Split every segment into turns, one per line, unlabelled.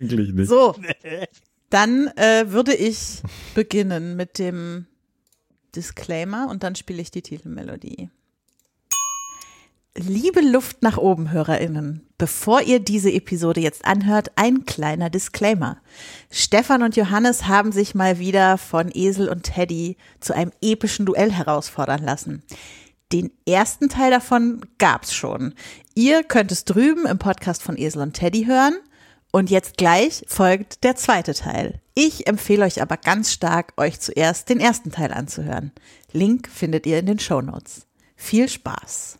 Eigentlich nicht.
So, dann äh, würde ich beginnen mit dem Disclaimer und dann spiele ich die Titelmelodie. Liebe Luft nach oben Hörerinnen, bevor ihr diese Episode jetzt anhört, ein kleiner Disclaimer. Stefan und Johannes haben sich mal wieder von Esel und Teddy zu einem epischen Duell herausfordern lassen. Den ersten Teil davon gab's schon. Ihr könnt es drüben im Podcast von Esel und Teddy hören. Und jetzt gleich folgt der zweite Teil. Ich empfehle euch aber ganz stark, euch zuerst den ersten Teil anzuhören. Link findet ihr in den Shownotes. Viel Spaß!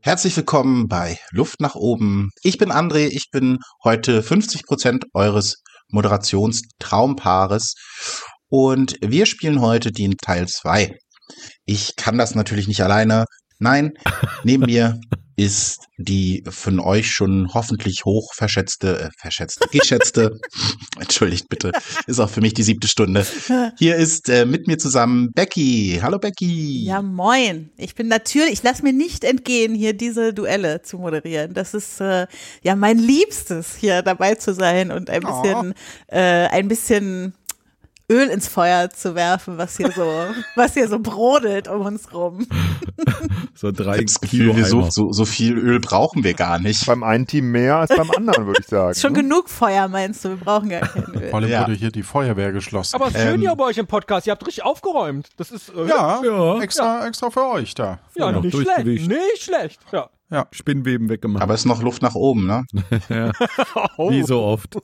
Herzlich willkommen bei Luft nach oben. Ich bin André, ich bin heute 50% eures Moderationstraumpaares und wir spielen heute den Teil 2. Ich kann das natürlich nicht alleine. Nein, neben mir ist die von euch schon hoffentlich hoch verschätzte, äh, verschätzte, geschätzte, entschuldigt bitte, ist auch für mich die siebte Stunde. Hier ist äh, mit mir zusammen Becky. Hallo Becky.
Ja, moin. Ich bin natürlich, ich lasse mir nicht entgehen, hier diese Duelle zu moderieren. Das ist äh, ja mein Liebstes, hier dabei zu sein und ein
Oh.
bisschen, äh, ein bisschen Öl ins Feuer zu werfen, was hier so, was hier so brodelt um uns rum.
So drei
Ich hab das Gefühl,
Kilo
wir so,
Eimer.
so, so viel Öl brauchen wir gar nicht.
Beim einen Team mehr als beim anderen, würde ich sagen.
Ist schon genug Feuer, meinst du? Wir brauchen gar kein Öl.
Vor allem
Ja.
wurde hier die Feuerwehr geschlossen.
Aber es ist schön
Ähm.
hier bei euch im Podcast. Ihr habt richtig aufgeräumt. Das ist äh,
ja,
Ja.
Extra, extra für euch da.
ja,
noch
nicht schlecht.
durchgewischt.
Nicht schlecht. Ja.
Spinnweben weggemacht.
Aber es ist noch Luft nach oben, ne?
Wie
Oh.
so oft.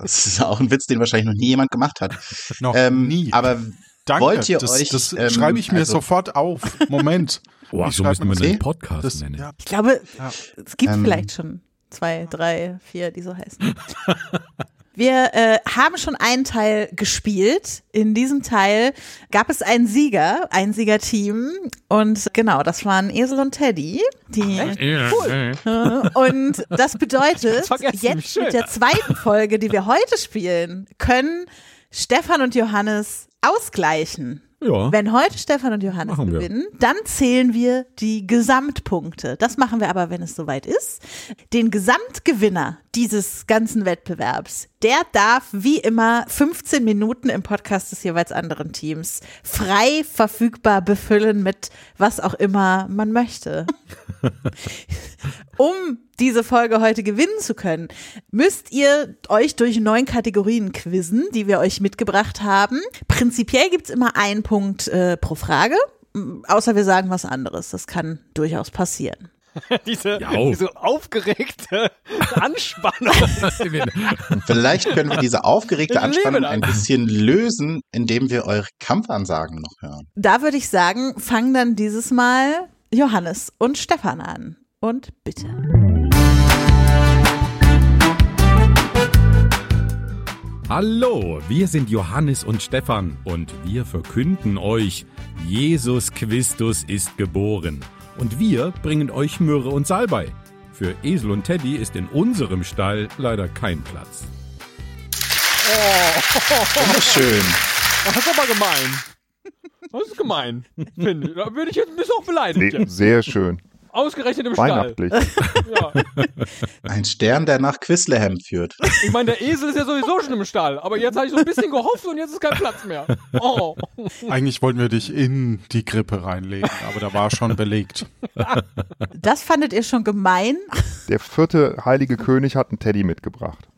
Das ist auch ein Witz, den wahrscheinlich noch nie jemand gemacht hat.
Noch
Ähm,
nie.
Aber
Danke.
wollt ihr
das
euch,
das
ähm,
schreibe ich mir
also-
sofort auf. Moment.
Boah,
Ich
so
schreib
müssen wir
mir
einen
das-
Podcast
Das,
nennen.
ja.
Ich glaube,
Ja.
es gibt
Ähm.
vielleicht schon zwei, drei, vier, die so heißen. Wir äh, haben schon einen Teil gespielt. In diesem Teil gab es einen Sieger, ein Siegerteam. Und genau, das waren Esel und Teddy. Die, und das bedeutet,
Das vergessen, wie
jetzt
schön.
mit der zweiten Folge, die wir heute spielen, können Stefan und Johannes ausgleichen.
Ja.
Wenn heute Stefan und Johannes
Machen wir.
gewinnen, dann zählen wir die Gesamtpunkte. Das machen wir aber, wenn es soweit ist. Den Gesamtgewinner dieses ganzen Wettbewerbs, der darf wie immer 15 Minuten im Podcast des jeweils anderen Teams frei verfügbar befüllen mit was auch immer man möchte. Um diese Folge heute gewinnen zu können, müsst ihr euch durch neun Kategorien quizzen, die wir euch mitgebracht haben. Prinzipiell gibt's immer einen Punkt äh, pro Frage, m, außer wir sagen was anderes. Das kann durchaus passieren.
Diese,
Jau.
diese aufgeregte Anspannung.
vielleicht können wir diese aufgeregte
Ich liebe
Anspannung
das.
ein bisschen lösen, indem wir eure Kampfansagen noch hören.
Da würde ich sagen, fangen dann dieses Mal Johannes und Stefan an. Und bitte.
Hallo, wir sind Johannes und Stefan und wir verkünden euch, Jesus Christus ist geboren. Und wir bringen euch Myrrhe und Salbei. Für Esel und Teddy ist in unserem Stall leider kein Platz.
Schön.
Das ist aber gemein. Das ist gemein. Finde. ich. Da bin ich jetzt ein bisschen auch beleidigt.
Nee,
Jetzt.
sehr schön.
Ausgerechnet im Stall.
Weihnachtlich.
Ja.
Ein Stern, der nach Quislehem führt.
Ich meine, der Esel ist ja sowieso schon im Stall. Aber jetzt habe ich so ein bisschen gehofft und jetzt ist kein Platz mehr. Oh.
Eigentlich wollten wir dich in die Grippe reinlegen, aber da war schon belegt.
Das fandet ihr schon gemein?
Der vierte heilige König hat einen Teddy mitgebracht.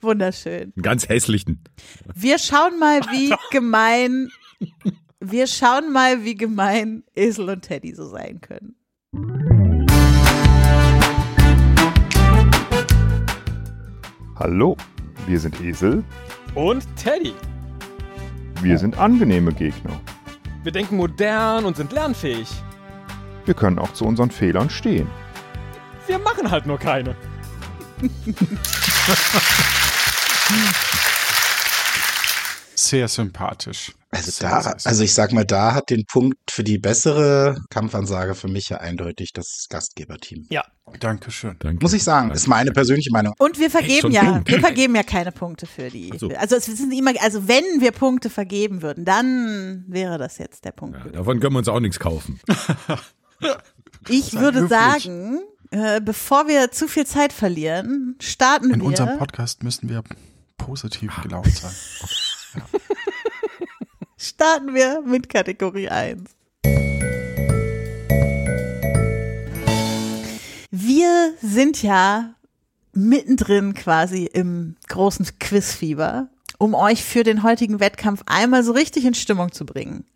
Wunderschön.
Einen ganz hässlichen.
Wir schauen mal, wie gemein. Wir schauen mal, wie gemein Esel und Teddy so sein können.
Hallo, wir sind Esel.
Und Teddy.
Wir sind angenehme Gegner.
Wir denken modern und sind lernfähig.
Wir können auch zu unseren Fehlern stehen.
Wir machen halt nur keine.
Sehr sympathisch.
Also,
Sehr,
da,
sehr, sehr
also ich sag mal, da hat den Punkt für die bessere Kampfansage für mich ja eindeutig das Gastgeberteam.
Dankeschön.
Danke.
Muss ich sagen, ist meine persönliche Meinung.
Und wir
schon
vergeben ja,
dumm.
wir vergeben ja keine Punkte für die.
Ach so.
Also es sind immer, also wenn wir Punkte vergeben würden, dann wäre das jetzt der Punkt.
Ja,
gewesen.
davon können wir uns auch nichts kaufen.
Ich würde
höflich.
sagen, äh, bevor wir zu viel Zeit verlieren, starten
In
wir.
unserem Podcast müssen wir
Ah.
positiv gelaunt sein.
starten wir mit Kategorie 1. Wir sind ja mittendrin quasi im großen Quizfieber. Um euch für den heutigen Wettkampf einmal so richtig in Stimmung zu bringen,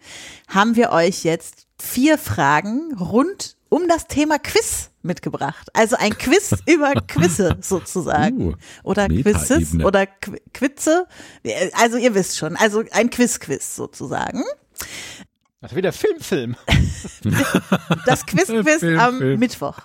haben wir euch jetzt vier Fragen rund um das Thema Quiz mitgebracht. Also ein Quiz über Quizze sozusagen.
Uh,
oder Quizzes
Metaebene.
oder Qu Quizze. Also ihr wisst schon, also ein Quiz-Quiz sozusagen.
Das ist wie der Filmfilm.
Das Quiz-Quiz
Film,
am
Film.
Mittwoch.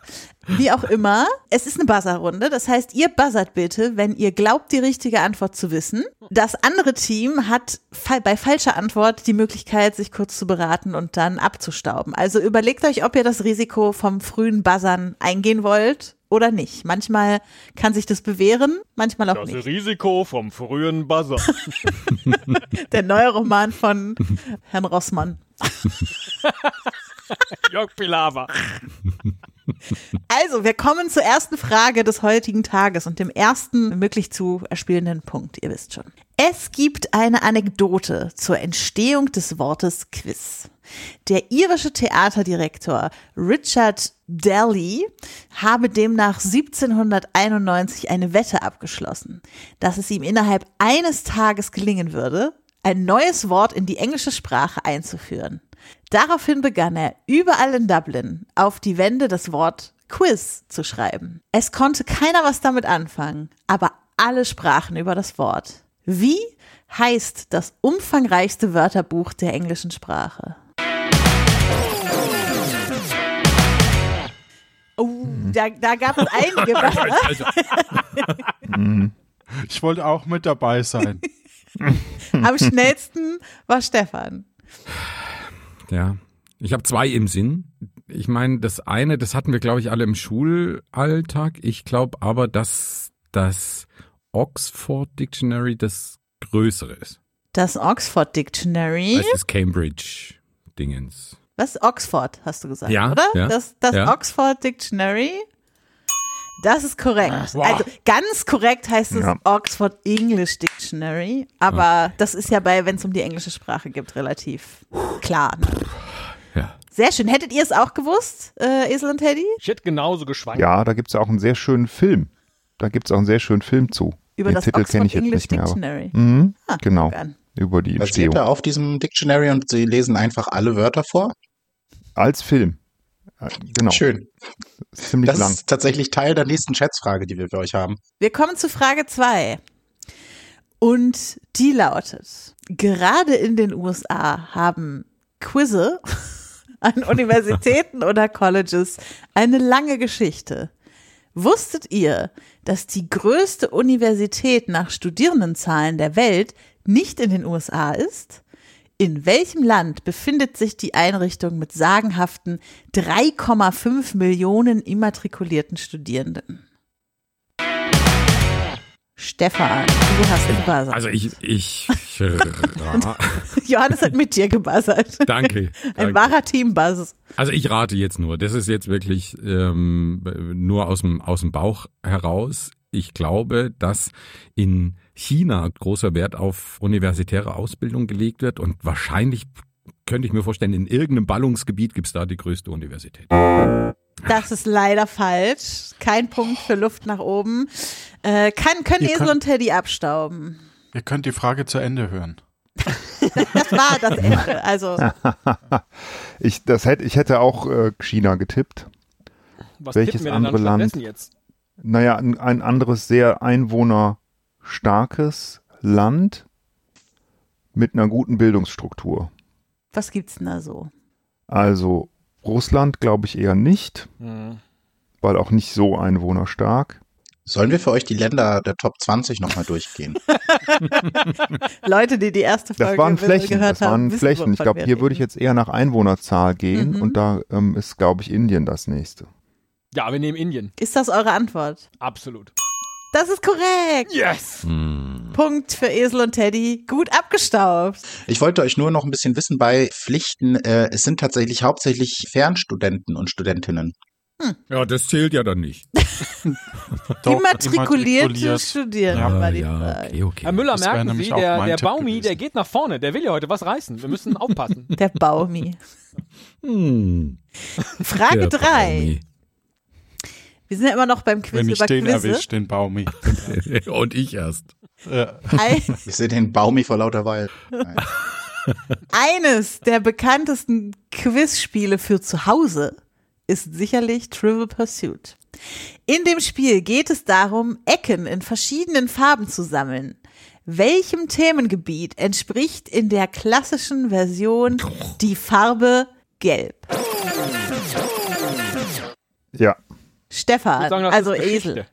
Wie auch immer, es ist eine Buzzer-Runde. Das heißt, ihr buzzert bitte, wenn ihr glaubt, die richtige Antwort zu wissen. Das andere Team hat fa- bei falscher Antwort die Möglichkeit, sich kurz zu beraten und dann abzustauben. Also überlegt euch, ob ihr das Risiko vom frühen Buzzern eingehen wollt oder nicht. Manchmal kann sich das bewähren, manchmal auch nicht.
Risiko vom frühen Buzzer.
Der neue Roman von Herrn Rossmann.
Jörg Pilawa.
Also, wir kommen zur ersten Frage des heutigen Tages und dem ersten möglich zu erspielenden Punkt. Ihr wisst schon. Es gibt eine Anekdote zur Entstehung des Wortes Quiz. Der irische Theaterdirektor Richard Daly habe demnach 1791 eine Wette abgeschlossen, dass es ihm innerhalb eines Tages gelingen würde, ein neues Wort in die englische Sprache einzuführen. Daraufhin begann er überall in Dublin auf die Wände das Wort Quiz zu schreiben. Es konnte keiner was damit anfangen, aber alle sprachen über das Wort. Wie heißt das umfangreichste Wörterbuch der englischen Sprache? Oh, da, da gab es einige. Wörter.
Ich wollte auch mit dabei sein.
Am schnellsten war Stefan.
Ja. Ich habe zwei im Sinn. Ich meine, das eine, das hatten wir, glaube ich, alle im Schulalltag. Ich glaube aber, dass das Oxford Dictionary das größere ist.
Das Oxford Dictionary.
Als das Cambridge-Dingens.
Was? Oxford, hast du gesagt,
Ja,
oder?
ja,
das das
ja.
Oxford Dictionary. Das ist korrekt.
Wow.
Also ganz korrekt heißt es
Ja.
Oxford English Dictionary, aber das ist ja bei, wenn es um die englische Sprache geht, relativ klar. ne?
Ja.
Sehr schön. Hättet ihr es auch gewusst, äh, Esel und Teddy?
Ich hätte genauso geschwankt.
Ja, da gibt es ja auch einen sehr schönen Film. Da gibt es auch einen sehr schönen Film zu.
Über
Den
das
Titel
Oxford
kenne ich jetzt
English
nicht mehr. Aber,
Dictionary.
mhm,
Ah,
genau,
guck an.
über die
Basiert er
Entstehung.
auf diesem Dictionary und sie lesen einfach alle Wörter vor?
Als Film. Äh, Genau,
Schön.
Ist ziemlich
Das
lang.
ist tatsächlich Teil der nächsten Schätzfrage, die wir für euch haben.
Wir kommen zu Frage 2. Und die lautet, gerade in den USA haben Quizze an Universitäten oder Colleges eine lange Geschichte. Wusstet ihr, dass die größte Universität nach Studierendenzahlen der Welt nicht in den USA ist? In welchem Land befindet sich die Einrichtung mit sagenhaften 3,5 Millionen immatrikulierten Studierenden? Stefan, du hast gebuzzert.
Also ich, ich,
Johannes hat mit dir gebuzzert.
danke. danke.
Ein wahrer Teambuzz.
Also ich rate jetzt nur, das ist jetzt wirklich ähm, nur aus dem, aus dem Bauch heraus. Ich glaube, dass in China großer Wert auf universitäre Ausbildung gelegt wird und wahrscheinlich könnte ich mir vorstellen, in irgendeinem Ballungsgebiet gibt's da die größte Universität.
Das ist leider falsch. Kein Punkt für Luft nach oben. Äh, kann, können
Ihr
Esel
könnt-
und Teddy abstauben.
Ihr könnt die Frage zu Ende hören.
Das war das Ende. Also
Ich, das hätte, ich hätte auch äh, China getippt.
Was
Welches
tippen wir denn
andere
dann stattdessen
Land?
jetzt?
Naja, ein, ein anderes sehr einwohnerstarkes Land mit einer guten Bildungsstruktur.
Was gibt's denn da so?
Also Russland glaube ich eher nicht,
Mhm.
weil auch nicht so einwohnerstark.
Sollen wir für euch die Länder der Top 20 nochmal durchgehen?
Leute, die die erste Folge
Das waren Flächen,
gehört
das waren
haben, wissen,
Flächen. Ich
wovon
glaube,
wir
hier würde ich
reden.
jetzt eher nach Einwohnerzahl gehen
Mhm.
und da ähm, ist, glaube ich, Indien das nächste.
Ja, wir nehmen Indien.
Ist das eure Antwort?
Absolut.
Das ist korrekt.
Yes!
Punkt für Esel und Teddy. Gut abgestaubt.
Ich wollte euch nur noch ein bisschen wissen bei Pflichten. Äh, es sind tatsächlich hauptsächlich Fernstudenten und Studentinnen.
Ja, das zählt ja dann nicht.
Doch,
immatrikuliert zu
immatrikuliert.
studieren,
Ja.
war
Ah,
die
ja,
Frage.
okay, okay.
Herr Müller,
Das wär
merken
nämlich
Sie,
auch
der,
mein
der
Tipp
Baumi, der
gewesen.
geht nach vorne. Der will hier heute was reißen. Wir müssen aufpassen.
Der Baumi.
Hm,
Frage
der
3. Wir sind ja immer noch beim Quiz
Wenn ich
über
den
Quizze.
erwische, den Baumi.
Baumi. Und ich erst.
Äh,
Ein,
Ich sehe den Baumi vor lauter Wald. Nein.
eines der bekanntesten Quizspiele für zu Hause ist sicherlich Trivial Pursuit. In dem Spiel geht es darum, Ecken in verschiedenen Farben zu sammeln. Welchem Themengebiet entspricht in der klassischen Version die Farbe Gelb?
Ja,
Stefan,
Ich würd sagen, das
also
ist Geschichte.
Esel.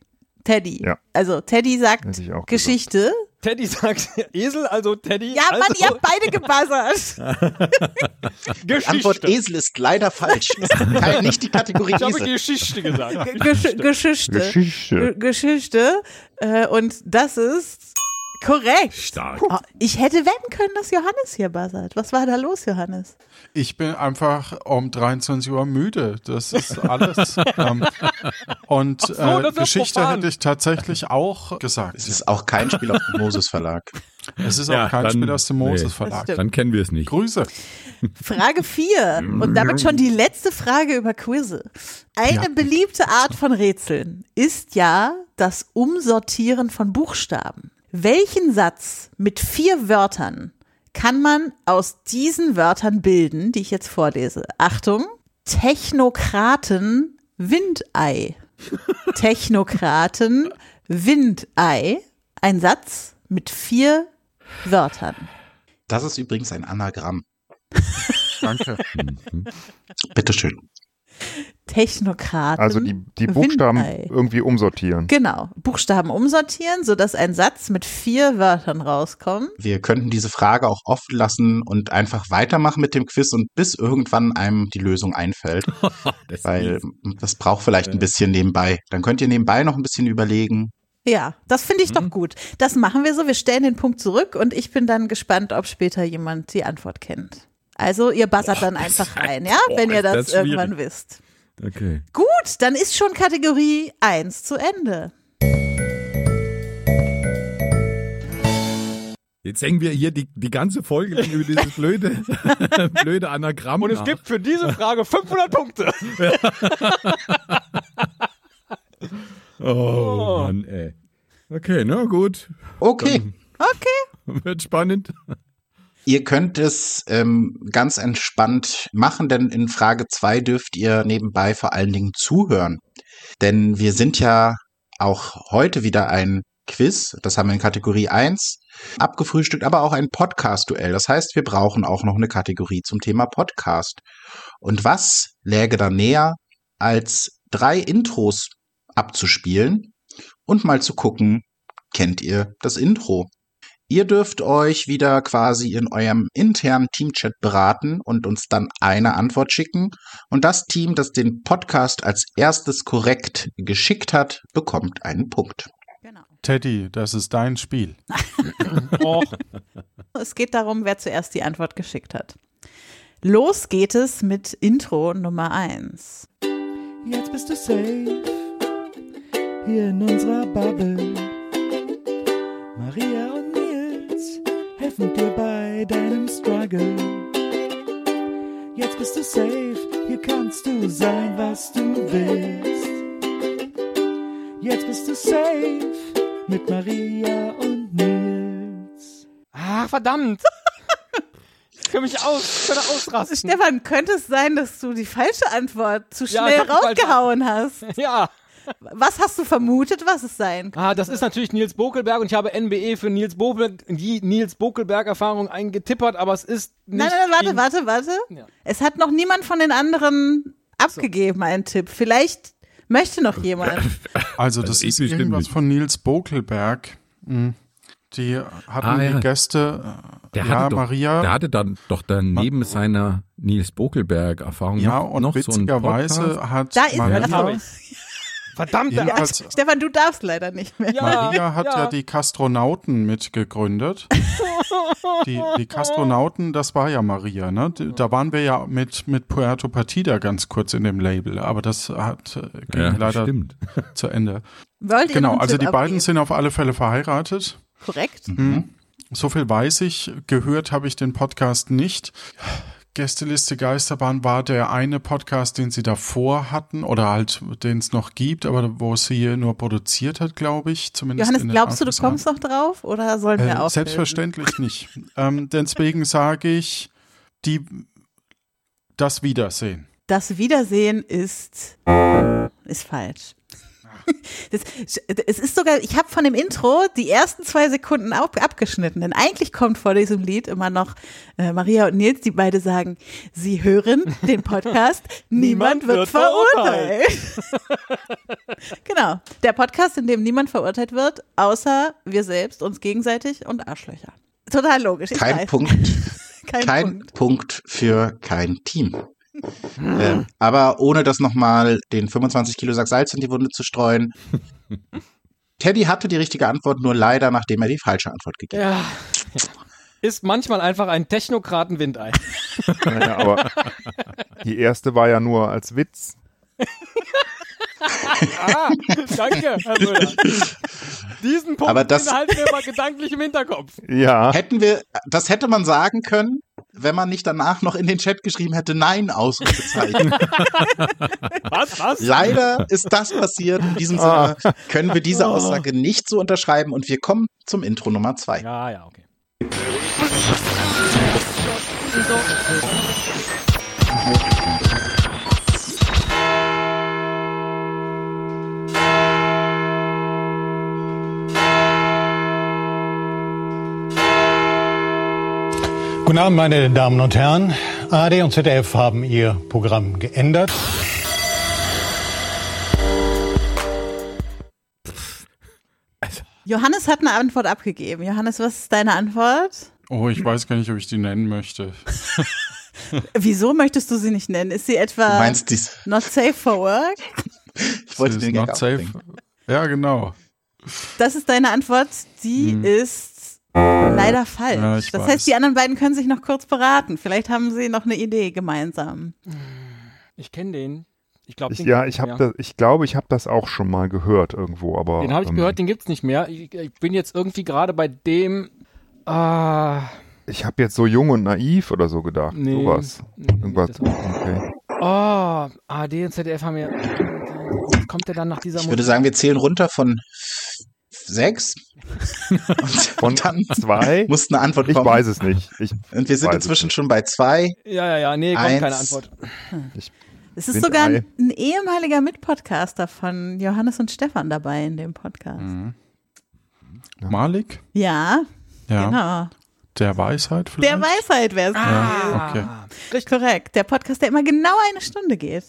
Teddy.
Ja.
Also Teddy sagt
hätte ich auch gesagt.
Geschichte.
Teddy sagt Esel, also Teddy.
Ja,
also
Mann, ihr habt beide gebuzzert.
Die Antwort Esel ist leider falsch. Das ist kein- nicht die Kategorie
Ich habe
Esel.
Geschichte gesagt.
Gesch Geschichte.
Geschichte.
Ge- Geschichte. Äh, und das ist korrekt.
Stark.
Oh, ich hätte wetten können, dass Johannes hier buzzert. Was war da los, Johannes?
Ich bin einfach um 23 Uhr müde. Das ist alles. ähm, und
so, das
äh,
ist
Geschichte
profan.
hätte ich tatsächlich auch gesagt.
Es ist auch kein Spiel aus dem Moses Verlag.
Es ist
Ja,
auch kein
dann-
Spiel aus dem Moses
nee.
Verlag.
Das stimmt.
Dann kennen wir es nicht.
Grüße.
Frage 4. Und damit schon die letzte Frage über Quizze. Eine
Ja.
beliebte Art von Rätseln ist ja das Umsortieren von Buchstaben. Welchen Satz mit vier Wörtern kann man aus diesen Wörtern bilden, die ich jetzt vorlese? Achtung. Technokraten Windei. Technokraten Windei. Ein Satz mit vier Wörtern.
Das ist übrigens ein Anagramm.
Danke.
Bitteschön.
Technokraten.
Also die, die Buchstaben
Windei.
irgendwie umsortieren.
Genau, Buchstaben umsortieren, sodass ein Satz mit vier Wörtern rauskommt.
Wir könnten diese Frage auch offen lassen und einfach weitermachen mit dem Quiz und bis irgendwann einem die Lösung einfällt,
Das
weil
ist-
das braucht vielleicht ein bisschen nebenbei. Dann könnt ihr nebenbei noch ein bisschen überlegen.
Ja, das finde ich
Mhm.
doch gut. Das machen wir so, wir stellen den Punkt zurück und ich bin dann gespannt, ob später jemand die Antwort kennt. Also ihr buzzert dann einfach rein, ja,
boah,
wenn ihr
ist
das,
das schwierig.
irgendwann wisst.
Okay.
Gut, dann ist schon Kategorie 1 zu Ende.
Jetzt hängen wir hier die, die ganze Folge lang über dieses blöde, blöde Anagramm.
Und es
nach.
gibt für diese Frage 500 Punkte.
Oh, Mann, ey. Okay, na gut.
Okay,
Wird spannend.
ihr könnt es ähm, ganz entspannt machen, denn in Frage zwei dürft ihr nebenbei vor allen Dingen zuhören. Denn wir sind ja auch heute wieder ein Quiz, das haben wir in Kategorie 1 abgefrühstückt, aber auch ein Podcast-Duell. Das heißt, wir brauchen auch noch eine Kategorie zum Thema Podcast. Und was läge da näher, als drei Intros abzuspielen und mal zu gucken, kennt ihr das Intro? Ihr dürft euch wieder quasi in eurem internen Teamchat beraten und uns dann eine Antwort schicken. Und das Team, das den Podcast als erstes korrekt geschickt hat, bekommt einen Punkt.
Genau.
Teddy, das ist dein Spiel.
Och,
Es geht darum, wer zuerst die Antwort geschickt hat. Los geht es mit Intro Nummer 1.
Jetzt bist du safe hier in unserer Bubble. Maria und Nils helfen dir bei deinem Struggle. Jetzt bist du safe, hier kannst du sein, was du willst. Jetzt bist du safe mit Maria und Nils.
ah, verdammt. Ich kann mich aus, ich kann
Hm.
ausrasten.
Stefan, könnte es sein, dass du die falsche Antwort zu
Ja,
schnell
ich hab die falsche
rausgehauen hast?
Ja,
Was hast du vermutet, was es sein
Ah, das ist natürlich Nils Bokelberg und ich habe NBE für Nils Bokelberg, die Nils Bokelberg-Erfahrung eingetippert, aber es ist nicht.
Nein, nein,
die-
nein, warte, warte, warte.
Ja.
Es hat noch niemand von den anderen abgegeben, einen Tipp. Vielleicht möchte
Äh,
noch jemand.
Also
Also
das
ich
ist
bestimmt
irgendwas
nicht.
von Nils Bokelberg. Mhm. Die hatten
Ah, ja.
die Gäste. äh,
Der
ja,
hatte doch,
Maria.
Der hatte dann doch dann neben seiner Nils Bokelberg-Erfahrung
ja,
noch,
und
noch so einen
witzigerweise
Podcast.
hat
Da ist-
Maria,
Das habe ich. Verdammte
Ja.
Axt.
Also-
Stefan, du darfst leider nicht mehr.
Maria hat ja.
ja.
die Kastronauten mitgegründet. die, die Kastronauten, das war ja Maria, ne? D- Da waren wir ja mit, mit Puerto Partida ganz kurz in dem Label, aber das hat, äh, ging
Ja,
leider
stimmt.
zu Ende.
Wollt ihr noch
Genau,
einen
also
Tipp
die beiden Mhm.
abgeben?
sind auf alle Fälle verheiratet.
korrekt.
So viel weiß ich. Gehört habe ich den Podcast nicht. Gästeliste Geisterbahn war der eine Podcast, den sie davor hatten oder halt den es noch gibt, aber wo sie nur produziert hat, glaube ich. Zumindest
Johannes,
in den
glaubst du, du
Anfangsjahren.
kommst noch drauf oder sollen wir
Äh,
auch?
selbstverständlich nicht. ähm, deswegen sage ich, die das Wiedersehen.
Das Wiedersehen ist ist falsch. Das, es ist sogar, ich habe von dem Intro die ersten zwei Sekunden ab, abgeschnitten, denn eigentlich kommt vor diesem Lied immer noch äh, Maria und Nils, die beide sagen, sie hören den Podcast, niemand wird verurteilt. genau, der Podcast, in dem niemand verurteilt wird, außer wir selbst, uns gegenseitig und Arschlöcher. Total logisch. Ich
Kein
weiß.
Punkt
Kein,
kein
Punkt.
Punkt. für kein Team. ähm, aber ohne das nochmal den 25 Kilo Sack Salz in die Wunde zu streuen. Teddy hatte die richtige Antwort, nur leider, nachdem er die falsche Antwort gegeben
Ja. Ist manchmal einfach ein Technokraten-Windein.
Naja, aber die erste war ja nur als Witz.
Ah, danke, Herr Müller. Diesen Punkt
Aber das-
den halten wir mal gedanklich im Hinterkopf.
Ja,
hat. Hätten wir, das hätte man sagen können, wenn man nicht danach noch in den Chat geschrieben hätte, nein, Ausrufezeichen.
Was, was?
leider ist das passiert. In diesem Sinne
Ah.
können wir diese Aussage nicht so unterschreiben und wir kommen zum Intro Nummer zwei.
Ja, ja, okay.
Guten Abend, meine Damen und Herren. ARD und ZDF haben ihr Programm geändert.
Johannes hat eine Antwort abgegeben. Johannes, was ist deine Antwort?
Oh, ich weiß gar nicht, ob ich die nennen möchte.
Wieso möchtest du sie nicht nennen? Ist sie
Du
etwa
meinst dies?
not safe for work?
Ich wollte
This
den
is
Gag
not safe.
aufbringen.
Ja, genau.
Das ist deine Antwort. Die ist leider falsch.
Hm. Ja, ich
das
weiß.
heißt, die anderen beiden können sich noch kurz beraten. Vielleicht haben sie noch eine Idee gemeinsam.
Ich kenne den. Ich glaube,
ich,
den
ja,
gibt's
ich, hab
nicht mehr.
das, ich glaube, ich habe das auch schon mal gehört irgendwo, aber.
Den habe ich
ähm,
gehört, den gibt's nicht mehr. Ich, ich bin jetzt irgendwie gerade bei dem. Ah,
Ich habe jetzt so jung und naiv oder so gedacht.
Nee.
Sowas.
Nee,
Irgendwas.
das-
Okay.
oh, ARD und ZDF haben ja. Was kommt der dann nach dieser
Ich würde sagen, wir zählen runter von sechs. Und,
Von
und dann
zwei?
muss eine Antwort
Ich
kommen.
weiß es nicht. Ich
und wir sind
weiß
inzwischen
es
schon bei zwei.
Ja, ja, ja, nee, kommt keine
Eins.
Antwort.
Es ist
Windei.
sogar ein, ein ehemaliger Mitpodcaster von Johannes und Stefan dabei in dem Podcast.
Hm. Malik?
Ja,
Ja.
genau.
Der Weisheit vielleicht?
Der weiß halt, wer es
Ja, Ah. okay.
ist. Korrekt. Der Podcast, der immer genau eine Stunde geht.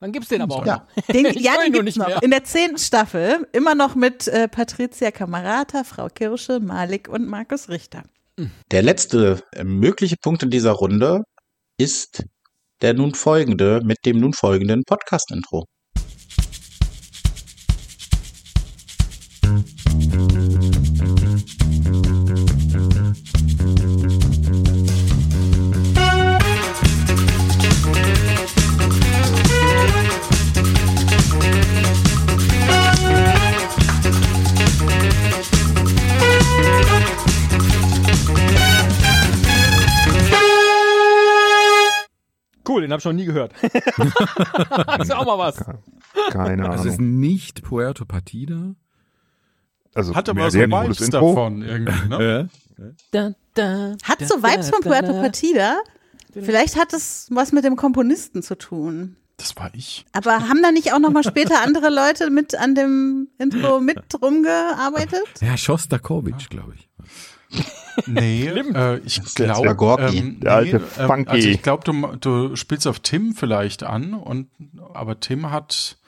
Dann gibt's den aber auch.
Ja.
noch.
Den,
Ich
ja,
höre ihn
den
nur
gibt's
nicht
noch.
mehr.
In der zehnten Staffel, immer noch mit äh, Patricia Camarata, Frau Kirsche, Malik und Markus Richter.
Der letzte äh, mögliche Punkt in dieser Runde ist der nun folgende mit dem nun folgenden Podcast-Intro.
Cool, den habe ich noch nie gehört. ist ja auch mal was.
Keine
Also es ist
Ahnung.
nicht Puerto Partida.
Also,
Hat aber
mir
so
sehr gutes
Vibes
Intro.
davon irgendwie, ne?
Äh?
Hat so Vibes von Puerto Partida. Vielleicht hat es was mit dem Komponisten zu tun.
Das war ich.
Aber haben da nicht auch nochmal später andere Leute mit an dem Intro mit rumgearbeitet?
Ja, Schostakowitsch, glaube ich.
Nee, äh, ich
ist jetzt der
glaube,
Gorki,
der alte Funky.
also ich glaube, du, du spielst auf Tim vielleicht an und aber Tim hat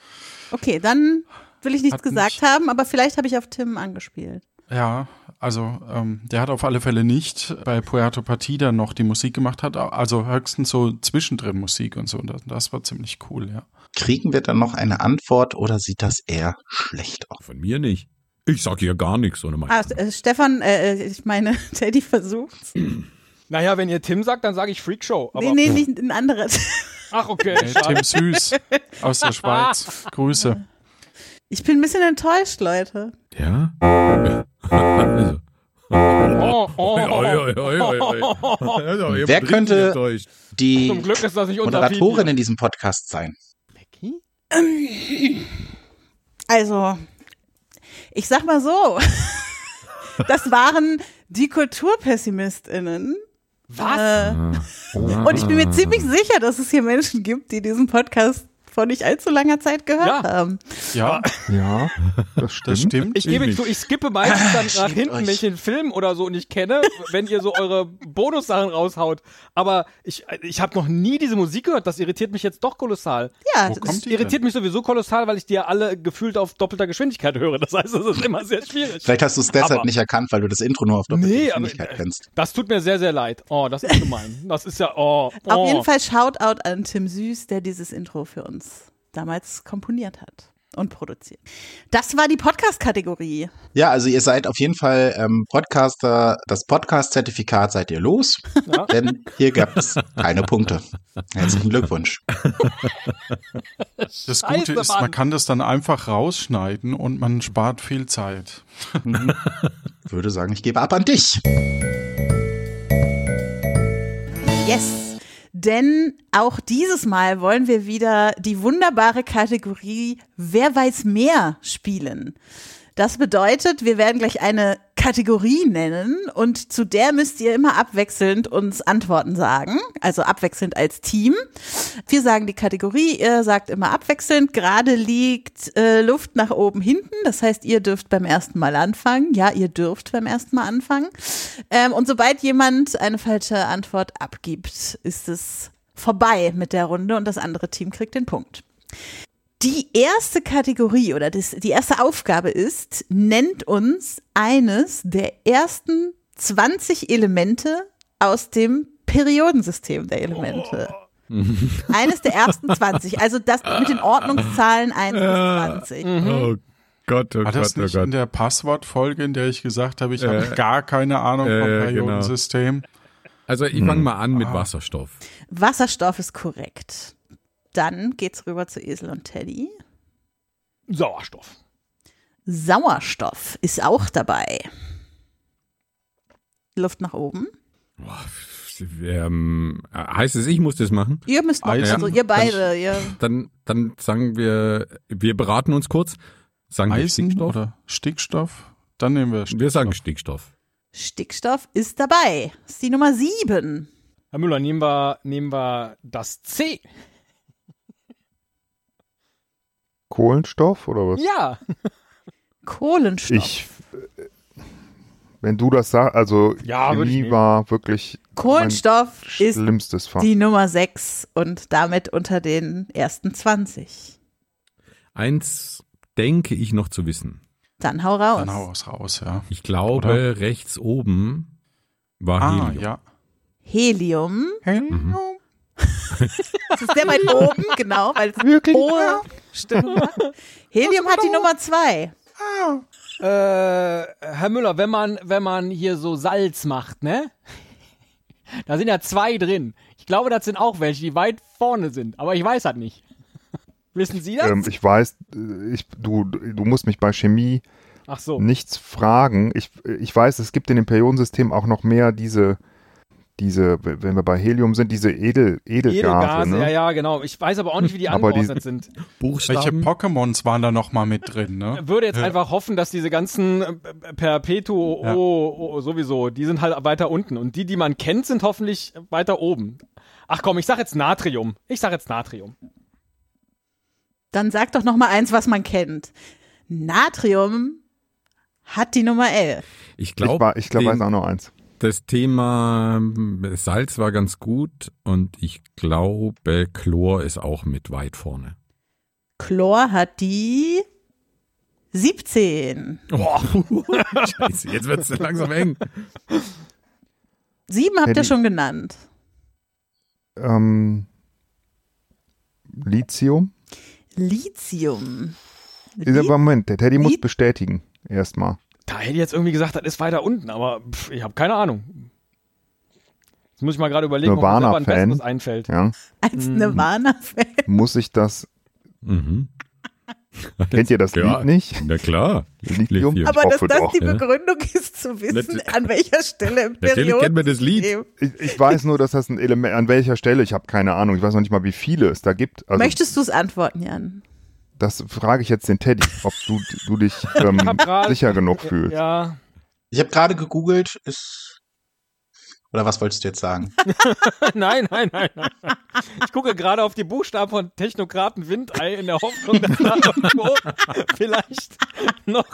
Okay, dann will ich nichts
Hat
gesagt haben, aber vielleicht habe ich auf Tim angespielt.
Ja, also ähm, der hat auf alle Fälle nicht bei Puerto Partida noch die Musik gemacht, hat also höchstens so zwischendrin Musik und so. Und das, das war ziemlich cool, ja.
Kriegen wir dann noch eine Antwort oder sieht das eher schlecht aus?
Von mir nicht. Ich sag hier gar nichts ohne
Ah,
meine.
äh, Stefan, äh, ich meine, Teddy versucht's.
Naja, wenn ihr Tim sagt, dann sage ich Freakshow. Aber
Nee, nee, nicht ein anderes.
Ach, okay.
Äh, Tim Süß aus der Schweiz. Grüße.
Ich bin ein bisschen enttäuscht, Leute.
Ja? Also.
Oh, oh,
Oi, oi, oi, oi, oi. Also, ihr
Wer
habt
könnte-
richtig enttäuscht.
Die
Zum Glück ist das nicht unser
Moderatorin
Video.
in diesem Podcast sein.
Becky?
Also, ich sag mal so. Das waren die KulturpessimistInnen.
Was?
Äh, und ich bin mir ziemlich sicher, dass es hier Menschen gibt, die diesen Podcast vor nicht allzu langer Zeit gehört
Ja. Mhm.
haben.
Ja,
Ja, das
das
stimmt.
stimmt.
Ich gebe
nicht.
zu, ich skippe meistens dann nach
schämt
hinten,
Ah, euch.
wenn ich den Film oder so nicht kenne, wenn ihr so eure Bonussachen raushaut. Aber ich, ich habe noch nie diese Musik gehört. Das irritiert mich jetzt doch kolossal.
Ja,
Wo
das-
kommt die denn?
Irritiert mich sowieso kolossal, weil ich die ja alle gefühlt auf doppelter Geschwindigkeit höre. Das heißt, es ist immer sehr schwierig.
Vielleicht hast du es deshalb
Aber-
nicht erkannt, weil du das Intro nur auf der
Nee, aber- äh,
Geschwindigkeit kennst.
Das tut mir sehr, sehr leid. Oh, das ist gemein. Das ist ja, oh. oh.
auf jeden Fall Shoutout an Tim Süß, der dieses Intro für uns damals komponiert hat und produziert. Das war die Podcast-Kategorie.
Ja, also ihr seid auf jeden Fall ähm, Podcaster. Das Podcast-Zertifikat seid ihr los,
Ja.
denn hier gab es keine Punkte. Herzlichen Glückwunsch.
Das
Scheiße,
Gute ist,
Mann.
man kann das dann einfach rausschneiden und man spart viel Zeit.
Würde sagen, ich gebe ab an dich.
Yes. Denn auch dieses Mal wollen wir wieder die wunderbare Kategorie Wer weiß mehr spielen. Das bedeutet, wir werden gleich eine Kategorie nennen und zu der müsst ihr immer abwechselnd uns Antworten sagen, also abwechselnd als Team. Wir sagen die Kategorie, ihr sagt immer abwechselnd, gerade liegt äh, Luft nach oben hinten, das heißt, ihr dürft beim ersten Mal anfangen. Ja, ihr dürft beim ersten Mal anfangen. Ähm, und sobald jemand eine falsche Antwort abgibt, ist es vorbei mit der Runde und das andere Team kriegt den Punkt. Die erste Kategorie oder das, die erste Aufgabe ist, nennt uns eines der ersten 20 Elemente aus dem Periodensystem der Elemente. Eines der ersten 20, also das mit den Ordnungszahlen 1 bis 20.
Oh Gott, oh
War Hm. das
Gott, oh
nicht in
Gott.
der Passwortfolge, in der ich gesagt habe, ich habe gar keine Ahnung
äh,
vom
genau.
Periodensystem?
Also ich
Hm.
fange mal an mit
Ah.
Wasserstoff.
Wasserstoff ist korrekt. Dann geht's rüber zu Esel und Teddy.
Sauerstoff.
Sauerstoff ist auch dabei. Luft nach oben.
Boah, ähm, heißt es, ich muss das machen?
Ihr müsst machen,
Eisen.
also ihr beide. Ihr,
Dann, dann sagen wir, wir beraten uns kurz. Sagen wir
Eisen
Stickstoff?
oder Stickstoff? Dann nehmen wir Stickstoff.
Wir sagen Stickstoff.
Stickstoff ist dabei. Ist die Nummer sieben.
Herr Müller, nehmen wir, nehmen wir das C.
Kohlenstoff oder was?
Ja.
Kohlenstoff.
Ich, äh, wenn du das sagst, also
Ja, würd ich
Chemie
nehmen.
war wirklich
Kohlenstoff
mein
ist
schlimmstes Fach.
die Nummer sechs und damit unter den ersten 20.
Eins denke ich noch zu wissen.
Dann hau raus.
Dann hau es raus, ja.
Ich glaube,
Oder?
rechts oben war
Ah,
Helium.
ja.
Helium.
Helium.
Das ist sehr weit oben, genau, weil es
Oh,
hohe Stimmung hat. Helium hat die Nummer zwei.
Äh, Herr Müller, wenn man, wenn man hier so Salz macht, ne? Da sind ja zwei drin. Ich glaube, das sind auch welche, die weit vorne sind. Aber ich weiß das nicht. Wissen Sie das?
Ähm, ich weiß, äh, ich, du, du musst mich bei Chemie
Ach so.
nichts fragen. Ich, ich weiß, es gibt in dem Periodensystem auch noch mehr diese, diese, wenn wir bei Helium sind, diese Edel, Edelgase.
Edelgase,
ne?
ja, ja, genau. Ich weiß aber auch nicht, wie die
Aber die-
angeordnet sind.
Welche
Buchstaben.
Pokémons waren da nochmal mit drin, ne?
Würde jetzt einfach hoffen, dass diese ganzen äh, Perpetuo
Ja.
oh, sowieso, die sind halt weiter unten. Und die, die man kennt, sind hoffentlich weiter oben. Ach komm, ich sag jetzt Natrium. Ich sag jetzt Natrium.
Dann sag doch noch mal eins, was man kennt. Natrium hat die Nummer 11.
Ich
Ich,
glaube,
war- ich glaube, weiß
also-
auch noch eins.
das Thema ähm, Salz war ganz gut und ich glaube, Chlor ist auch mit weit vorne.
Chlor hat die 17.
Boah. Scheiße, jetzt wird es langsam eng.
Sieben habt
Ja,
ihr
die-
schon genannt.
Ähm, Lithium?
Lithium.
Dieser
Li-
Moment, der Teddy muss
Lit-
bestätigen. Erstmal.
Da hätte ich jetzt irgendwie gesagt, das ist weiter unten, aber pff, ich habe keine Ahnung. Jetzt muss ich mal gerade überlegen, ob mir selber ein
Nirvana-Fan.
besseres einfällt.
Ja.
Als
Hm.
Nirvana-Fan.
Muss ich das.
Mhm.
Kennt ihr das
Ja.
Lied nicht?
Na klar.
Lithium?
Lithium.
Ich
Aber dass
hoffe
das
doch,
die
ja.
Begründung ist, zu wissen,
Nat-
an welcher Stelle im
Natürlich kennt man das Lied.
Periodensystem.
Ich, ich weiß nur, dass das ein Element. An welcher Stelle? Ich habe keine Ahnung. Ich weiß noch nicht mal, wie viele es da gibt. Also,
Möchtest du es antworten, Jan?
Das frage ich jetzt den Teddy, ob du, du dich ähm,
hab grad-
sicher genug fühlst.
Ja,
Ich habe gerade gegoogelt, ist. Oder was wolltest du jetzt sagen?
nein, nein, nein, nein. Ich gucke gerade auf die Buchstaben von Technokraten Windei in der Hoffnung, dass da irgendwo vielleicht noch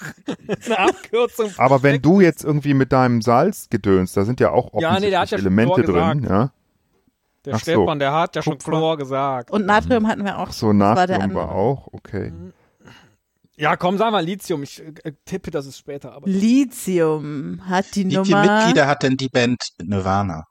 eine Abkürzung.
Aber wenn du jetzt irgendwie mit deinem Salz gedönst, da sind ja auch
Ja, nee,
offensichtlich
der hat ja schon
Elemente
Chlor
drin. Ja?
Der
Ach so.
Stefan, der hat ja schon
Kupfer.
Chlor gesagt.
Und Natrium hatten wir auch.
Hm. Ach so,
Das war der
Natrium war,
andere.
auch, okay.
Mhm. Ja, komm, sag mal Lithium. Ich äh, tippe, das ist später. Aber
Lithium hat die
Wie viele
Nummer.
Mitglieder hat denn die Band Nirvana?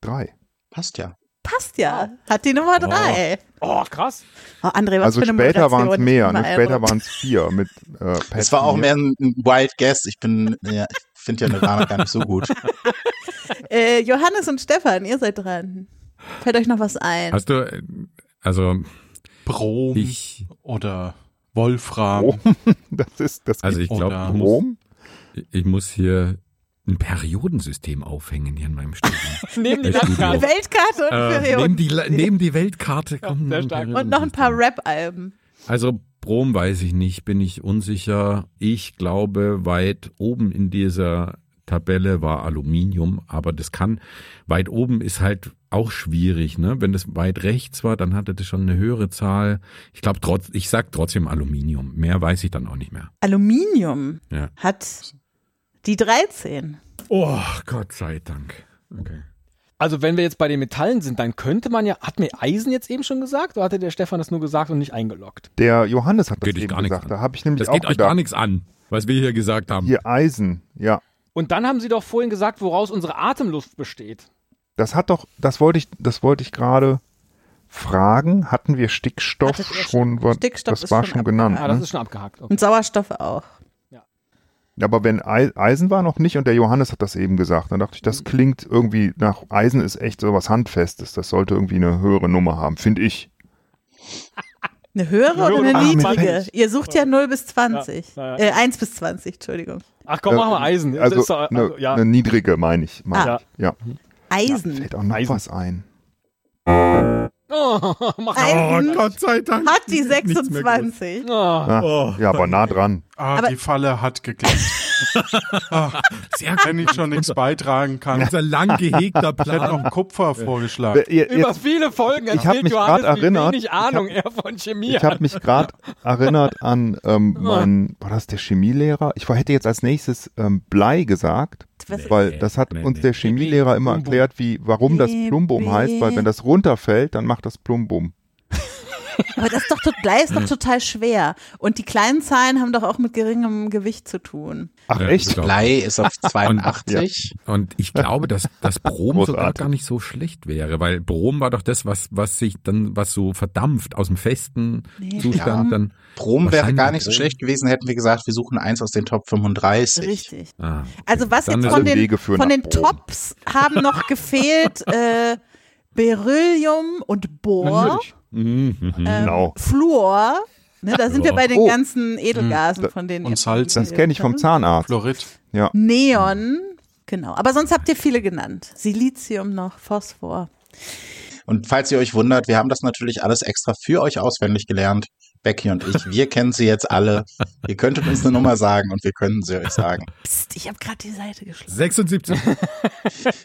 Drei.
Passt ja.
Passt ja. Hat die Nummer drei.
oh, krass.
Oh, André, was
Also
für eine
später waren es
Moderation.
mehr, ne?
Überall
später
rum.
waren es vier mit äh,
Es war auch
Petsy.
mehr ein ein Wild Guess. Ich bin, ja, ich finde ja Nirvana gar nicht so gut.
Äh, Johannes und Stefan, ihr seid dran. Fällt euch noch was ein?
Hast du, äh, also
Um
Brom
ich,
oder Wolfram.
Oh. Das ist das
also
also
ich glaube,
Oder
ich
um?
muss,
Rom.
ich muss hier ein Periodensystem aufhängen hier in meinem Studio.
Nehmen die
Echt gut,
Landkarte.
ja.
Weltkarte und
äh,
Perioden.
nehmen, die, Le- nehmen die Weltkarte. Komm,
sehr
nehmen
stark.
und noch ein paar Rap-Alben.
Also Brom weiß ich nicht, bin ich unsicher. Ich glaube, weit oben in dieser Tabelle war Aluminium, aber das kann, weit oben ist halt auch schwierig, ne? Wenn das weit rechts war, dann hatte das schon eine höhere Zahl. Ich glaube trotz, ich sag trotzdem Aluminium. Mehr weiß ich dann auch nicht mehr.
Aluminium
Ja.
hat die 13.
Oh, Gott sei Dank. Okay.
Also wenn wir jetzt bei den Metallen sind, dann könnte man ja, hat mir Eisen jetzt eben schon gesagt oder hatte der Stefan das nur gesagt und nicht eingeloggt?
Der Johannes hat das
Geht euch
eben
gar nichts
gesagt.
an.
Da habe ich nämlich
Das
auch
geht euch
gedacht,
gar nichts an, was wir hier gesagt haben.
hier Eisen. Ja,
Und dann haben sie doch vorhin gesagt, woraus unsere Atemluft besteht.
das hat doch, das wollte ich, das wollte ich gerade fragen. Hatten wir Stickstoff
Hattet ihr
schon? was-
Stickstoff
das
ist
war
schon
schon genannt.
abgehakt.
Ah, das
ne?
ist schon abgehakt. Okay.
Und Sauerstoff auch.
Aber wenn Ei- Eisen war noch nicht und der Johannes hat das eben gesagt, dann dachte ich,
Mhm.
das klingt irgendwie nach Eisen ist echt so was Handfestes. Das sollte irgendwie eine höhere Nummer haben, finde ich.
Eine höhere oder eine
Ah, mit
niedrige?
Fett.
Ihr sucht ja 0 bis 20.
Ja, ja.
Äh, 1 bis 20, Entschuldigung.
Ach komm, machen wir Eisen. Das
Also,
ist doch-
eine,
also, ja.
eine niedrige, meine ich. Meine
Ah.
ich. Ja.
Eisen.
Fällt auch noch
Eisen.
was ein.
Oh,
Oh,
mach
Eisen
Gott sei Dank.
hat die
Nichts mehr gewusst.
26.
oh.
Ah, ja, aber nah dran.
Ah,
Aber-
die Falle hat geklappt. Ah,
Sehr gut.
Wenn ich schon nichts beitragen kann. Ich
Unser lang gehegter
hätte noch
Plan.
Kupfer vorgeschlagen.
Ihr-
Über
Jetzt,
viele Folgen
Ich hab
erzählt
mich
Johannes,
grad erinnert,
wie
ich
wenig
hab-
Ahnung er von Chemie
ich
hat.
habe mich gerade erinnert an
Oh.
ähm, meinen, war das der Chemielehrer? Ich war- hätte jetzt als nächstes ähm, Blei gesagt,
Was-
weil das hat
Nee,
uns
nee.
der Chemielehrer immer erklärt, wie, warum das
Nee,
Plumbum
nee.
heißt, weil wenn das runterfällt, dann macht das
Mhm.
Plumbum.
Aber das ist doch, tot- Blei ist doch total schwer. Und die kleinen Zahlen haben doch auch mit geringem Gewicht zu tun.
Ach
Ja,
echt?
ich glaub-
Blei ist auf 82.
Und ich glaube, dass das Brom sogar
Großartig.
gar nicht so schlecht wäre, weil Brom war doch das, was, was sich dann, was so verdampft aus dem festen
Nee,
Zustand
Brom-
dann.
Brom wäre
Wahrscheinlich
gar nicht so
Brom.
schlecht gewesen, hätten wir gesagt, wir suchen eins aus den Top 35.
Richtig.
Ah, okay.
Also was
Dann
jetzt
ist
von
alle
den,
Wege führen
von
nach
den
Brom.
Tops haben noch gefehlt äh, Beryllium und Bor,
Natürlich.
Mhm.
ähm,
Genau.
Fluor. Ne, da sind wir bei den
Oh.
ganzen Edelgasen, von denen
Und
ihr-
Salz.
Das kenne ich vom Zahnarzt.
Chlorid.
Ja.
Neon, genau. Aber sonst habt ihr viele genannt. Silizium noch, Phosphor.
Und falls ihr euch wundert, wir haben das natürlich alles extra für euch auswendig gelernt. Becky und ich, wir kennen sie jetzt alle. Ihr könntet uns eine Nummer sagen und wir können sie euch sagen.
Psst, ich habe gerade die Seite geschlossen.
76.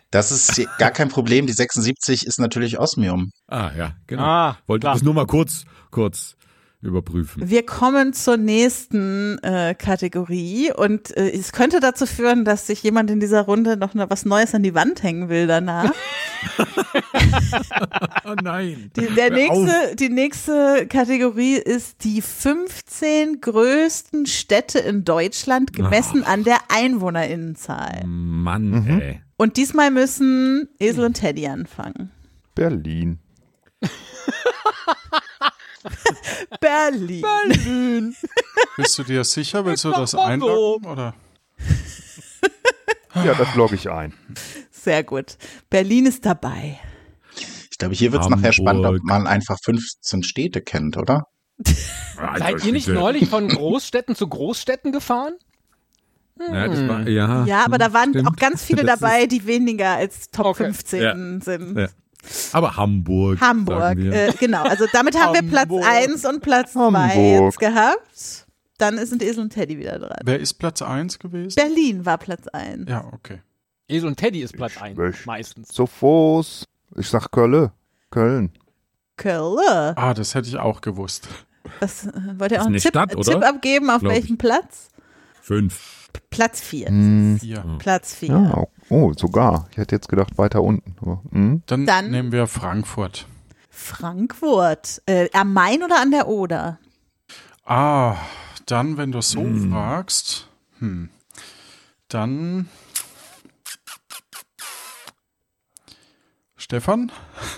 Das ist gar kein Problem. Die 76 ist natürlich Osmium.
ah, ja, genau.
Ah,
Wollte
klar.
das nur mal kurz, kurz überprüfen.
Wir kommen zur nächsten äh, Kategorie und äh, es könnte dazu führen, dass sich jemand in dieser Runde noch ne- was Neues an die Wand hängen will danach.
Oh nein.
Die, der
Hör auf.
nächste, die nächste Kategorie ist die 15 größten Städte in Deutschland gemessen an der Einwohnerinnenzahl.
Mann, ey.
Und diesmal müssen Esel und Teddy anfangen.
Berlin.
Berlin.
Bist du dir sicher? Willst du das
mach mal so.
einloggen? Oder?
Ja, das logge ich ein.
Sehr gut. Berlin ist dabei.
Ich glaube, hier wird es nachher
Hamburg.
spannend, ob man einfach 15 Städte kennt, oder?
Also,
Seid ihr nicht neulich von Großstädten zu Großstädten gefahren?
Ja, das war, ja,
Ja, aber da waren
stimmt.
auch ganz viele
Das
dabei, die weniger als Top
Okay.
15
Ja.
sind.
Ja. Aber Hamburg.
Hamburg,
sagen wir.
äh, genau. Also damit haben wir Platz
Hamburg.
1 und Platz 2
Hamburg.
jetzt gehabt. Dann sind Esel und Teddy wieder dran.
Wer ist Platz 1 gewesen?
Berlin war Platz 1.
ja, okay.
Esel und Teddy ist Platz
Ich
1,
möchte-
meistens.
Zu Fuß. Ich sag Kölle. Köln.
Kölle.
Ah, das hätte ich auch gewusst.
Was, äh, wollt ihr
Ist
auch einen
eine
Tipp,
Stadt, oder?
Tipp abgeben, auf
Glaub Hm.
welchem Platz?
Fünf.
Platz 4.
Ja.
Platz 4.
Hm. Ja, oh, oh, sogar. Ich hätte jetzt gedacht, weiter unten. Aber, hm?
Dann,
Dann-
nehmen wir Frankfurt.
Frankfurt. Äh, am Main oder an der Oder?
Ah, dann, wenn du es so fragst, hm, dann. Stefan?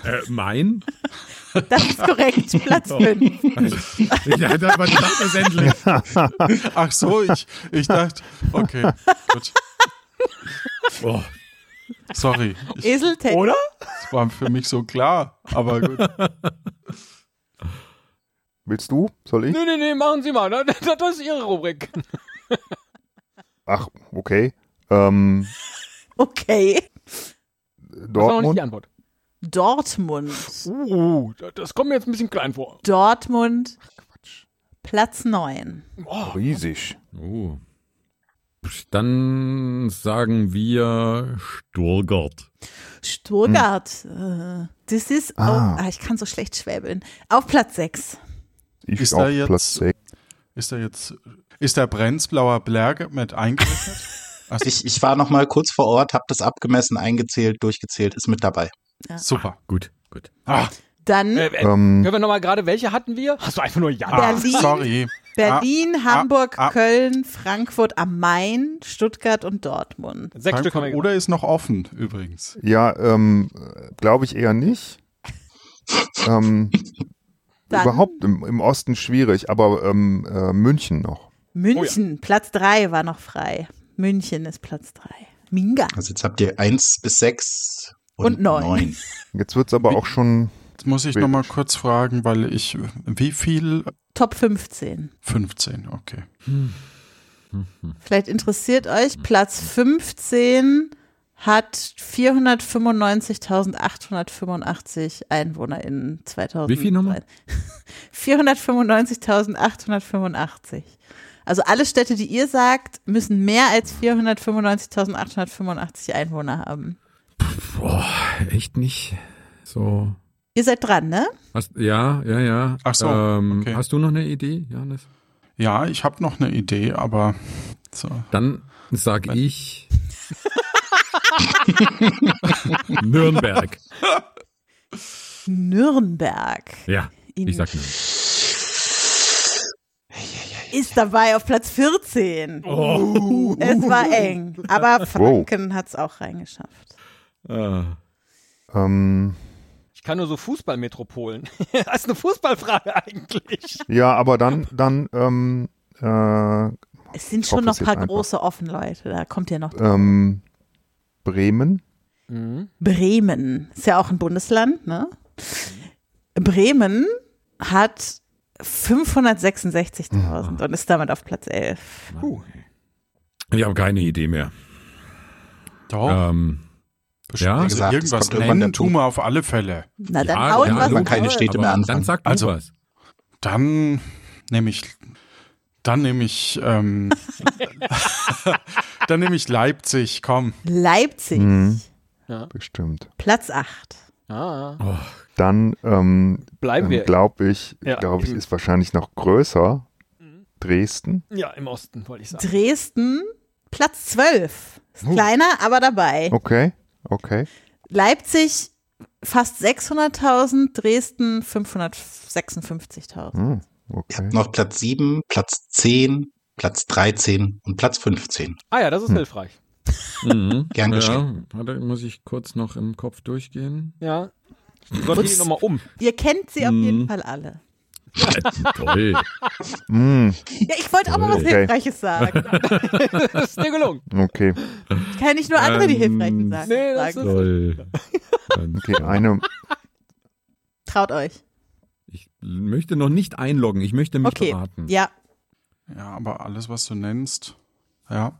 Äh, mein?
Das ist korrekt. Platz 5.
ja, das war das endlich.
Ach so, ich, ich dachte, okay, gut,
Oh,
sorry, ich,
Esel, Teddy. Oder?
das war für mich so klar, aber gut.
Willst du? Soll ich?
Nee, nee, nee, machen Sie mal. ne? Das, das ist Ihre Rubrik.
Ach, okay. Ähm,
Okay.
Das war noch nicht
Dortmund.
die Antwort.
Dortmund.
Uh, das, das kommt mir jetzt ein bisschen klein vor.
Dortmund. Platz 9.
Riesig.
Oh. Psch, Dann sagen wir Stuttgart.
Stuttgart. Äh,
Hm.
Das ist. Oh,
Ah.
ah, ich kann so schlecht schwäbeln. Auf Platz 6.
Ich
Ist
auf
da jetzt-
Platz 6.
Ist da jetzt, ist der Brenzblauer Berge mit eingerechnet? Ach,
Ich, ich war noch mal kurz vor Ort, habe das abgemessen, eingezählt, durchgezählt, ist mit dabei.
super.
Gut, gut.
Ah,
Dann
Äh, äh,
Ähm,
Können wir nochmal gerade, welche hatten wir? Hast du einfach nur Ja.
ah,
Berlin.
sorry.
Berlin, Hamburg,
ah.
Köln, Frankfurt am Main, Stuttgart und Dortmund.
Sechs Stück haben wir
Frankfurt
gemacht.
oder ist noch offen übrigens.
ja, ähm, glaube ich eher nicht. Ähm,
Dann
Oh
überhaupt im, im Osten schwierig, aber ähm, äh, München noch.
München, Platz 3 war noch frei. München ist Platz 3. Minga.
Also jetzt habt ihr 1 bis 6
Und
und,
neun.
9.
Jetzt wird es aber auch schon
Jetzt muss ich nochmal kurz fragen, weil ich, wie viel?
Top 15.
15, okay.
Vielleicht interessiert euch, Platz 15 hat 495.885 EinwohnerInnen 2000.
Wie viel nochmal?
495.885. Also alle Städte, die ihr sagt, müssen mehr als 495.885 Einwohner haben.
Boah, Äh, echt nicht so.
Ihr seid dran, ne?
Hast, ja, ja, ja.
Ach so,
Ähm,
okay.
Hast du noch eine Idee, Johannes?
Ja, ich habe noch eine Idee, aber so.
Dann sag ich Nürnberg.
Nürnberg
Ja, ich sag Nürnberg.
ist dabei auf Platz 14.
Oh.
Es war eng, aber Franken hat's auch reingeschafft.
Ah.
ähm,
Ich kann nur so Fußballmetropolen. das ist eine Fußballfrage eigentlich.
Ja, aber dann, dann, ähm, äh,
Es sind
Ich
schon
hoffe,
noch
es
ein
ist
paar
einfach.
große offen, Leute. Da kommt ja noch
ähm, Bremen. Mhm.
Bremen. Ist ja auch ein Bundesland, ne? Bremen hat 566.000 und ist damit auf Platz 11.
Ich habe keine Idee mehr.
Doch,
Ähm,
bestimmt
ja.
Gesagt, es
irgendwas
kommt irgendwann
nennen,
der
tu mal auf alle Fälle.
Na, dann
ja,
haut
ja,
was
irgendwann
keine
raus.
Städte. Bitte mehr
aber
anfangen.
dann sag du
Also-
was.
Dann nehme ich, dann nehme ich, ähm, dann nehme ich Leipzig, komm.
Leipzig,
Mhm. Bestimmt.
Platz 8.
Ah.
Oh
dann, ähm,
Bleiben
dann
wir.
glaube ich,
Ja,
glaube ich,
eben. Mhm.
ist wahrscheinlich noch größer Dresden.
Ja, im Osten, wollte ich sagen.
Dresden, Platz 12. Ist kleiner, aber dabei.
Okay, okay.
Leipzig fast 600.000, Dresden 556.000.
Hm,
Ihr habt
okay.
noch Platz 7, Platz 10, Platz 13 und Platz 15.
Ah ja, das
Hm.
ist hilfreich.
Mhm.
Gern
ja,
geschehen.
warte, muss ich kurz noch im Kopf durchgehen.
Ja. Sortiere die nochmal um.
Ihr kennt sie auf
Mhm.
jeden Fall alle.
Toll.
Hm,
Ja, ich wollte auch mal was
Okay.
Hilfreiches sagen.
Das ist dir gelungen.
okay,
Ich kann nicht nur andere die
Ähm,
Hilfreichen Sachen
nee, das
sagen.
Toll. Ganz
okay. Eine,
Traut euch.
Ich möchte noch nicht einloggen, ich möchte mich
Okay.
beraten.
Ja,
Ja, aber alles, was du nennst, ja.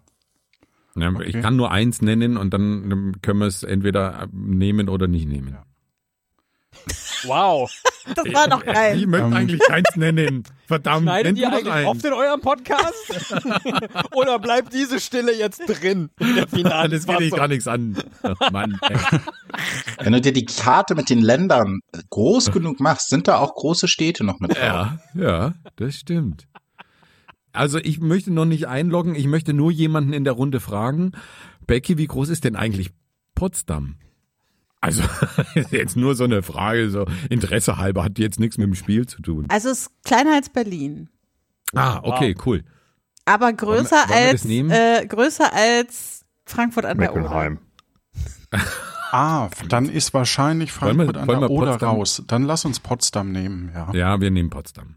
Ja, Ich
Okay.
kann nur eins nennen und dann ähm, können wir es entweder ähm, nehmen oder nicht nehmen.
Wow.
das war noch
Ich
geil.
möchte
Ähm.
eigentlich keins nennen. Verdammt, nenn
Schneidet
du
ihr
doch
eigentlich
eins.
oft in eurem Podcast? Oder bleibt diese Stille jetzt drin? In der finalen
Das geht dich
Fassung?
gar nichts an. Ach, Mann, ey.
Wenn du dir die Karte mit den Ländern äh, groß genug machst, sind da auch große Städte noch mit drauf.
Ja, ja, das stimmt. Also ich möchte noch nicht einloggen, ich möchte nur jemanden in der Runde fragen, Becky, wie groß ist denn eigentlich Potsdam? Also jetzt nur so eine Frage, so Interesse halber, hat jetzt nichts mit dem Spiel zu tun.
Also es ist kleiner als Berlin,
Ah, okay, cool.
aber größer
Wollen wir- wollen wir das
als
nehmen?
äh, größer als Frankfurt an der Oder.
Meckenheim.
Ah, dann ist wahrscheinlich
Wollen wir-
Frankfurt an
wollen
der
wir
Oder
Potsdam?
raus. Dann lass uns Potsdam nehmen, ja.
Ja, wir nehmen Potsdam.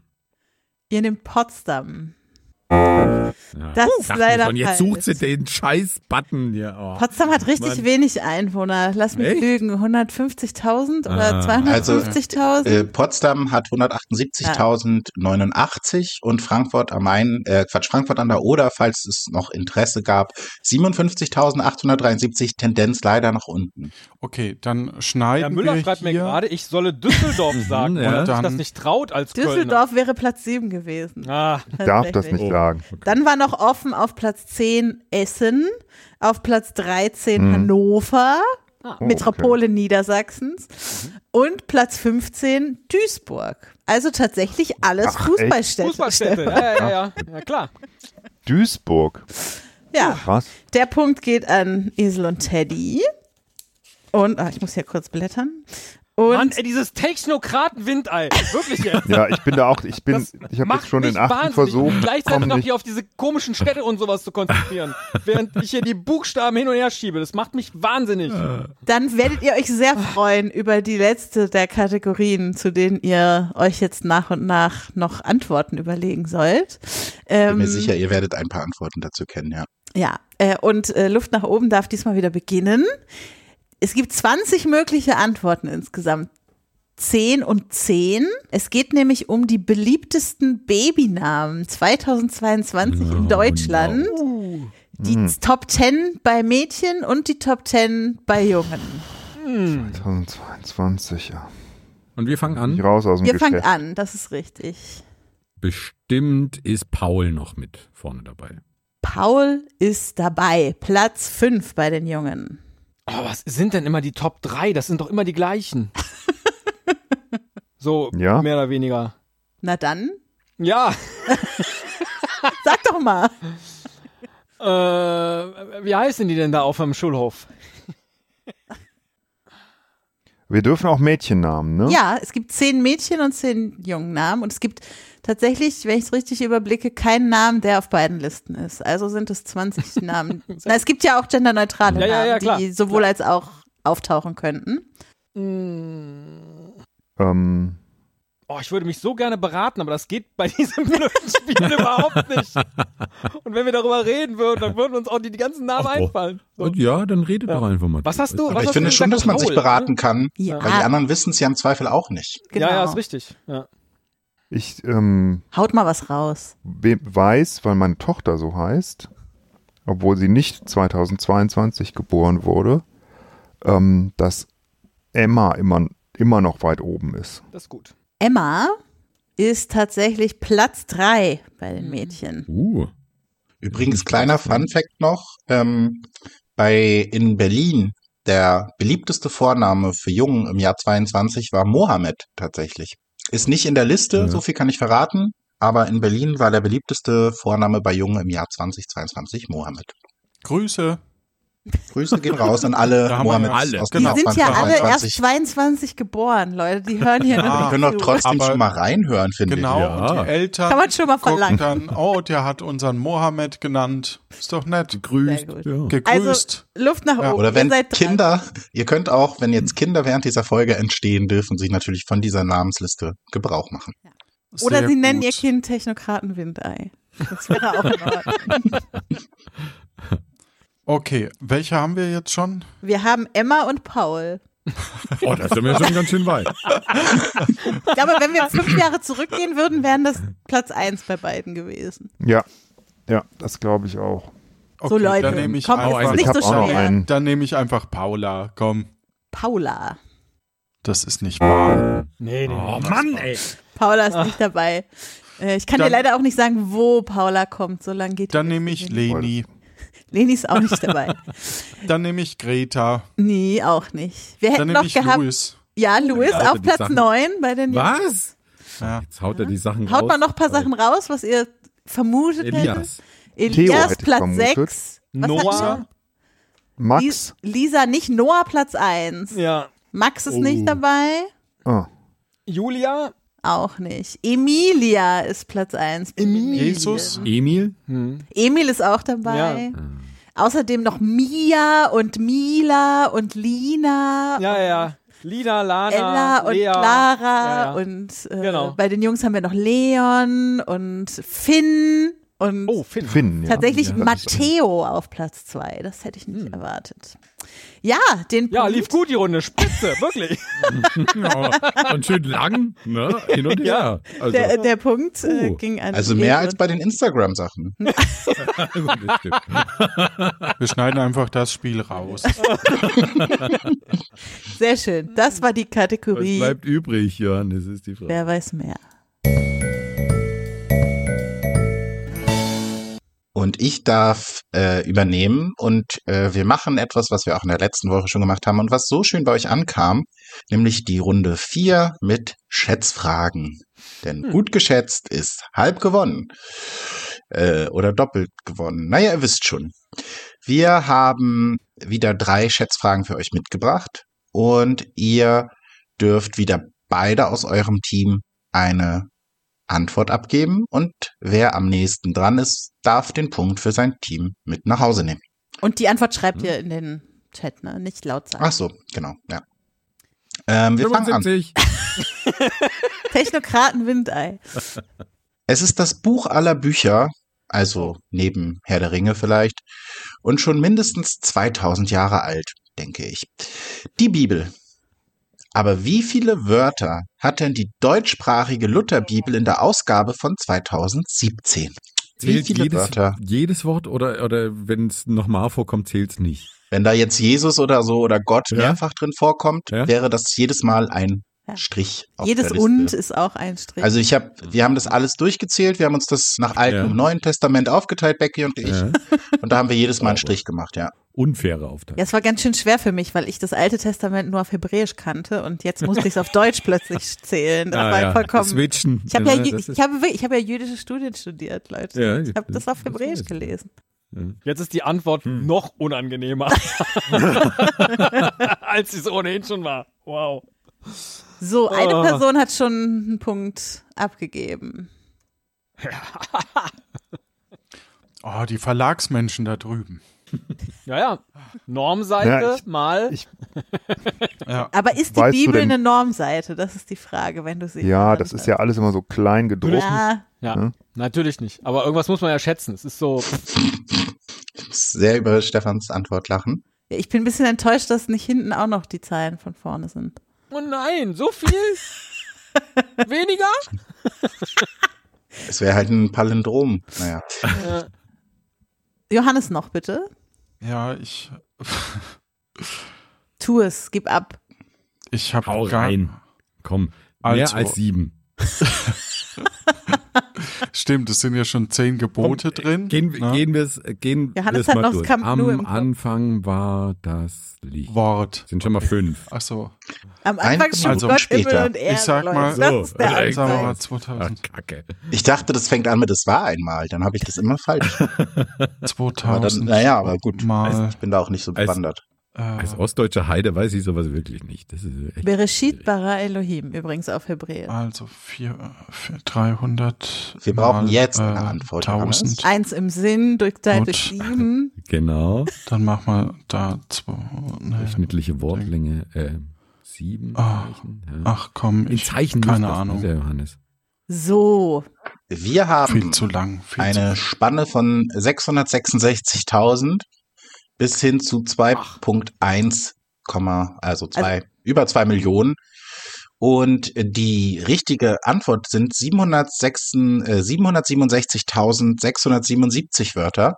Ihr nehmt Potsdam.
Ja.
Das ist
Oh, Dachte
leider
schon, jetzt sucht sie
falsch.
den scheiß Button hier. Oh.
Potsdam hat richtig
Mann.
wenig Einwohner. Lass mich
Echt?
lügen. 150.000 oder
Ah. Also,
250.000?
Äh, Potsdam hat 178.089 und Frankfurt am Main, äh, Quatsch, Frankfurt an der Oder, falls es noch Interesse gab, 57.873, Tendenz leider nach unten.
Okay, dann
Herr
schneiden
Müller
wir
schreibt mir
hier.
gerade, ich solle Düsseldorf sagen,
ja.
weil ich das
Dann-
nicht traut
äh,
als
Düsseldorf wäre Platz 7 gewesen.
Kölner. Ah,
Ich darf das
Tatsächlich.
nicht sagen.
Dann war noch offen auf Platz 10 Essen, auf Platz 13 Hannover,
Ah.
Metropole Niedersachsens und Platz 15 Duisburg. Also tatsächlich alles
Ach,
Fußballstädte.
Fußballstätte. Ja, ja, ja, ja. ja, klar.
Duisburg,
Ja,
krass.
der Punkt geht an Esel und Teddy. Und, ah, ich muss hier kurz blättern. Und
Mann, ey, dieses Technokraten-Windei. Wirklich jetzt.
Ja, ich bin da auch, ich bin, ich habe
Macht
jetzt schon den
mich
achten
wahnsinnig.
Versuch.
Gleichzeitig
komm
noch
nicht.
hier auf diese komischen Städte und sowas zu konzentrieren, während ich hier die Buchstaben hin und her schiebe. Das macht mich wahnsinnig.
Dann werdet ihr euch sehr freuen über die letzte der Kategorien, zu denen ihr euch jetzt nach und nach noch Antworten überlegen sollt.
Bin
Ähm,
mir sicher, ihr werdet ein paar Antworten dazu kennen, ja.
Ja, äh, und äh, Luft nach oben darf diesmal wieder beginnen. Es gibt 20 mögliche Antworten insgesamt. 10 und 10. Es geht nämlich um die beliebtesten Babynamen 2022 in
No,
Deutschland. Die Top 10 bei Mädchen und die Top 10 bei Jungen.
Hm.
2022, ja.
Und wir fangen
Ich
an.
Hm?
raus aus dem
Ihr
Geschäft.
fangt an, das ist richtig.
Bestimmt ist Paul noch mit vorne dabei.
Paul ist dabei. Platz 5 bei den Jungen.
Oh, was sind denn immer die Top 3? Das sind doch immer die gleichen. So,
Ja.
mehr oder weniger.
Na dann,
Ja,
sag doch mal.
äh, wie heißen die denn da auf dem Schulhof?
Wir dürfen auch Mädchennamen, ne?
Ja, es gibt zehn Mädchen und zehn jungen Namen und es gibt tatsächlich, wenn ich es richtig überblicke, keinen Namen, der auf beiden Listen ist. Also sind es 20 Namen. Na, es gibt ja auch genderneutrale
Ja, ja, ja,
Namen,
klar,
die sowohl als auch auftauchen könnten.
Ähm,
Oh, ich würde mich so gerne beraten, aber das geht bei diesem blöden Spiel überhaupt nicht. Und wenn wir darüber reden würden, dann würden uns auch die, die ganzen Namen
Ach, oh.
einfallen. So.
Und ja, dann redet doch einfach mal.
Was hast du?
Aber
Was
ich
hast
finde
du
schon,
gesagt? ne?
dass man sich
Paul,
beraten kann,
Ja,
weil die anderen wissen es ja im Zweifel auch nicht.
genau.
Ja, ja, ist richtig. Ja.
ich ähm,
Haut mal was raus.
we- weiß, weil meine Tochter so heißt, obwohl sie nicht 2022 geboren wurde, ähm, dass Emma immer, immer noch weit oben ist.
Das ist gut.
Emma ist tatsächlich Platz drei bei den Mädchen.
Uh,
Übrigens, kleiner Fun-Fact noch, ähm, bei, in Berlin, der beliebteste Vorname für Jungen im Jahr 22 war Mohammed tatsächlich. Ist nicht in der Liste,
Ja.
so viel kann ich verraten, aber in Berlin war der beliebteste Vorname bei Jungen im Jahr 2022 Mohammed.
Grüße.
Grüße gehen raus an alle
Da haben wir
Mohammeds
ja alle.
aus
Genau,
die sind ja alle erst
2022.
22 geboren, Leute. Die hören hier
Ja,
Wir
nur
können
noch
doch trotzdem
Aber-
schon mal reinhören, finde
Genau.
Ja.
Und die Eltern
Kann man schon mal verlangen.
gucken dann, oh, der hat unseren Mohammed genannt. Ist doch nett.
Sehr
Grüßt.
gut.
Ja.
Gegrüßt.
Also Luft nach
Ja,
oben.
ich. Oder
Ihr
wenn
seid dran.
Kinder, ihr könnt auch, wenn jetzt Kinder während dieser Folge entstehen, dürfen sie natürlich von dieser Namensliste Gebrauch machen.
Also, Oder
Sehr
sie nennen
gut.
ihr Kind Technokratenwindei. Das wäre auch in Ordnung.
Okay, welche haben wir jetzt schon?
Wir haben Emma und Paul.
Oh, da sind wir schon ganz schön weit.
Ich glaube, wenn wir fünf Jahre zurückgehen würden, wären das Platz eins bei beiden gewesen.
Ja, ja, das glaube ich auch.
Okay,
So Leute,
dann nehme ich
komm,
einfach,
es ist
Ich
nicht
habe
so
auch noch
schwer.
einen.
dann nehme ich einfach Paula. Komm,
Paula.
das ist nicht wahr.
Nee, nee.
Oh Mann, ey.
Paula ist nicht dabei. Äh, Ich kann dir
Dann-
leider auch nicht sagen, wo Paula kommt. So lange geht die
Dann
Liste
nehme ich
nicht.
Leni.
Leni ist auch nicht dabei.
Dann nehme ich Greta.
Nee, auch nicht. Wir
Dann
hätten
nehme
noch
ich
gehabt.
Louis.
Ja, Louis
Ja,
auf
die
Platz
Sachen-
neun bei den
Was?
Ja.
Jetzt haut er die Sachen
Haut
raus.
mal noch ein paar Sachen raus, was ihr vermutet hättet.
Elias.
Theo
Elias
hätte ich
Platz
vermutet.
6.
Noah?
Max?
Lisa nicht, Noah Platz 1.
Ja. Oh.
Max ist nicht dabei.
Ah,
Julia?
Auch nicht. Emilia ist Platz 1.
Jesus?
Emil?
Emil ist auch dabei. Ähm. Außerdem noch Mia und Mila und Lina.
Ja, ja. Lina, Lana,
Ella und
Lea.
Clara
Ja, ja.
und äh,
Genau.
bei den Jungs haben wir noch Leon und Finn und
Oh, Finn.
Finn, ja.
tatsächlich
Ja.
Matteo auf Platz zwei. Das hätte ich nicht erwartet. Ja, den
Hm. Ja,
Punkt-
lief gut die Runde. Spitze, wirklich.
Ja. Und schön lang, ne? Hin und her. Also,
Der, der Punkt äh,
Uh,
ging an
Also
die
mehr
Ehre.
als bei den Instagram-Sachen.
Also, gut, das stimmt.
Wir schneiden einfach das Spiel raus.
Sehr schön. Das war die
Was
Kategorie.
bleibt übrig, Jörn? Das ist die Frage.
Wer weiß mehr.
Und ich darf äh, übernehmen und äh, wir machen etwas, was wir auch in der letzten Woche schon gemacht haben und was so schön bei euch ankam, nämlich die Runde 4 mit Schätzfragen. Denn gut geschätzt ist halb gewonnen äh, oder doppelt gewonnen. Naja, ihr wisst schon. Wir haben wieder drei Schätzfragen für euch mitgebracht und ihr dürft wieder beide aus eurem Team eine Antwort abgeben und wer am nächsten dran ist, darf den Punkt für sein Team mit nach Hause nehmen.
Und die Antwort schreibt ihr in den Chat, ne? Nicht laut sagen.
Ach so, genau, ja. Ähm, wir fangen an.
75.
Technokraten Windei.
Es ist das Buch aller Bücher, also neben Herr der Ringe vielleicht, und schon mindestens 2000 Jahre alt, denke ich. Die Bibel. Aber wie viele Wörter hat denn die deutschsprachige Lutherbibel in der Ausgabe von 2017? Wie
Zählt
viele
jedes,
Wörter?
jedes Wort oder, oder wenn es nochmal vorkommt, zählt es nicht.
Wenn da jetzt Jesus oder so oder Gott
Ja.
mehrfach drin vorkommt,
Ja.
wäre das jedes Mal ein
Ja.
Strich. Auf
Jedes
der Liste.
und ist auch ein Strich.
Also ich habe, wir haben das alles durchgezählt, wir haben uns das nach Alten
Ja.
und Neuen Testament aufgeteilt, Becky und ich.
Ja.
Und da haben wir jedes Mal einen Strich gemacht, ja.
Unfaire Aufteilung.
ja, es war ganz schön schwer für mich, weil ich das Alte Testament nur auf Hebräisch kannte und jetzt musste ich es auf Deutsch plötzlich zählen. Das
Ah,
war
ja.
vollkommen.
Switchen.
Ich habe ja, jü-
das ist-
ich habe wirklich, ich habe ja jüdische Studien studiert, Leute.
Ja,
ich habe das
das
auf Hebräisch
weiß ich.
gelesen.
Jetzt ist die Antwort
Hm.
noch unangenehmer, als sie es ohnehin schon war. Wow.
So, eine
Ah.
Person hat schon einen Punkt abgegeben.
Oh, die Verlagsmenschen da drüben.
Ja, ja. Normseite
Ja, ich-
mal.
ich-
Ja.
Aber ist die
Weißt du
Bibel
denn-
eine Normseite? Das ist die Frage, wenn du sie.
Ja, das ist ja alles immer so klein gedruckt.
Ja,
ja,
ne?
natürlich nicht. Aber irgendwas muss man ja schätzen. Es ist so,
Sehr über Stefans Antwort lachen.
Ja, ich bin ein bisschen enttäuscht, dass nicht hinten auch noch die Zahlen von vorne sind.
oh nein, so viel? Weniger?
Es wäre halt ein Palindrom. Naja.
Johannes noch bitte.
Ja, ich,
Tu es, gib ab.
ich habe
Hau rein. Komm, mehr
Also-
als sieben.
Stimmt, es sind ja schon zehn Gebote drin.
Gehen, wir-
ne?
gehen wir es gehen
Johannes
wir's
hat
mal
noch das
durch.
Camp Nou im
Am
Kopf.
Anfang war das Licht.
Wort.
Sind schon mal fünf.
Ach so.
Am Anfang
Eins
schuf
also
Gott
später.
Himmel und Erde.
Ich sag mal
Leute.
so,
das ist der
also
Sagen wir
Anfang.
mal
Ah,
2000.
Kacke.
Ich dachte, das fängt an mit es war einmal, dann habe ich das immer falsch. Aber dann,
2000.
naja, aber gut.
Mal.
Also,
äh,
Ich bin da auch nicht so
Als-
bewandert.
Als ostdeutscher Heide weiß ich sowas wirklich nicht. Das ist echt
Bereshit bara Elohim, übrigens auf
Ah.
Hebräisch.
Also vier, vier, 300.
Wir brauchen
mal,
jetzt
äh,
eine Antwort,
1000.
Eins im Sinn, durch Zeit durch
Gut.
sieben.
genau.
Dann machen wir da zwei. ne. Nee.
Durchschnittliche Wortlänge äh, sieben
Ah,
Zeichen. Ja.
Ach komm,
In
ich,
Zeichen muss
keine
das, ne,
Ahnung.
Der Johannes.
So,
Wir haben
viel zu lang. Viel
eine Spanne von 666.000 bis hin zu 2.1, Komma, also zwei, über 2 Millionen. Und die richtige Antwort sind 706, äh, 767.677 Wörter.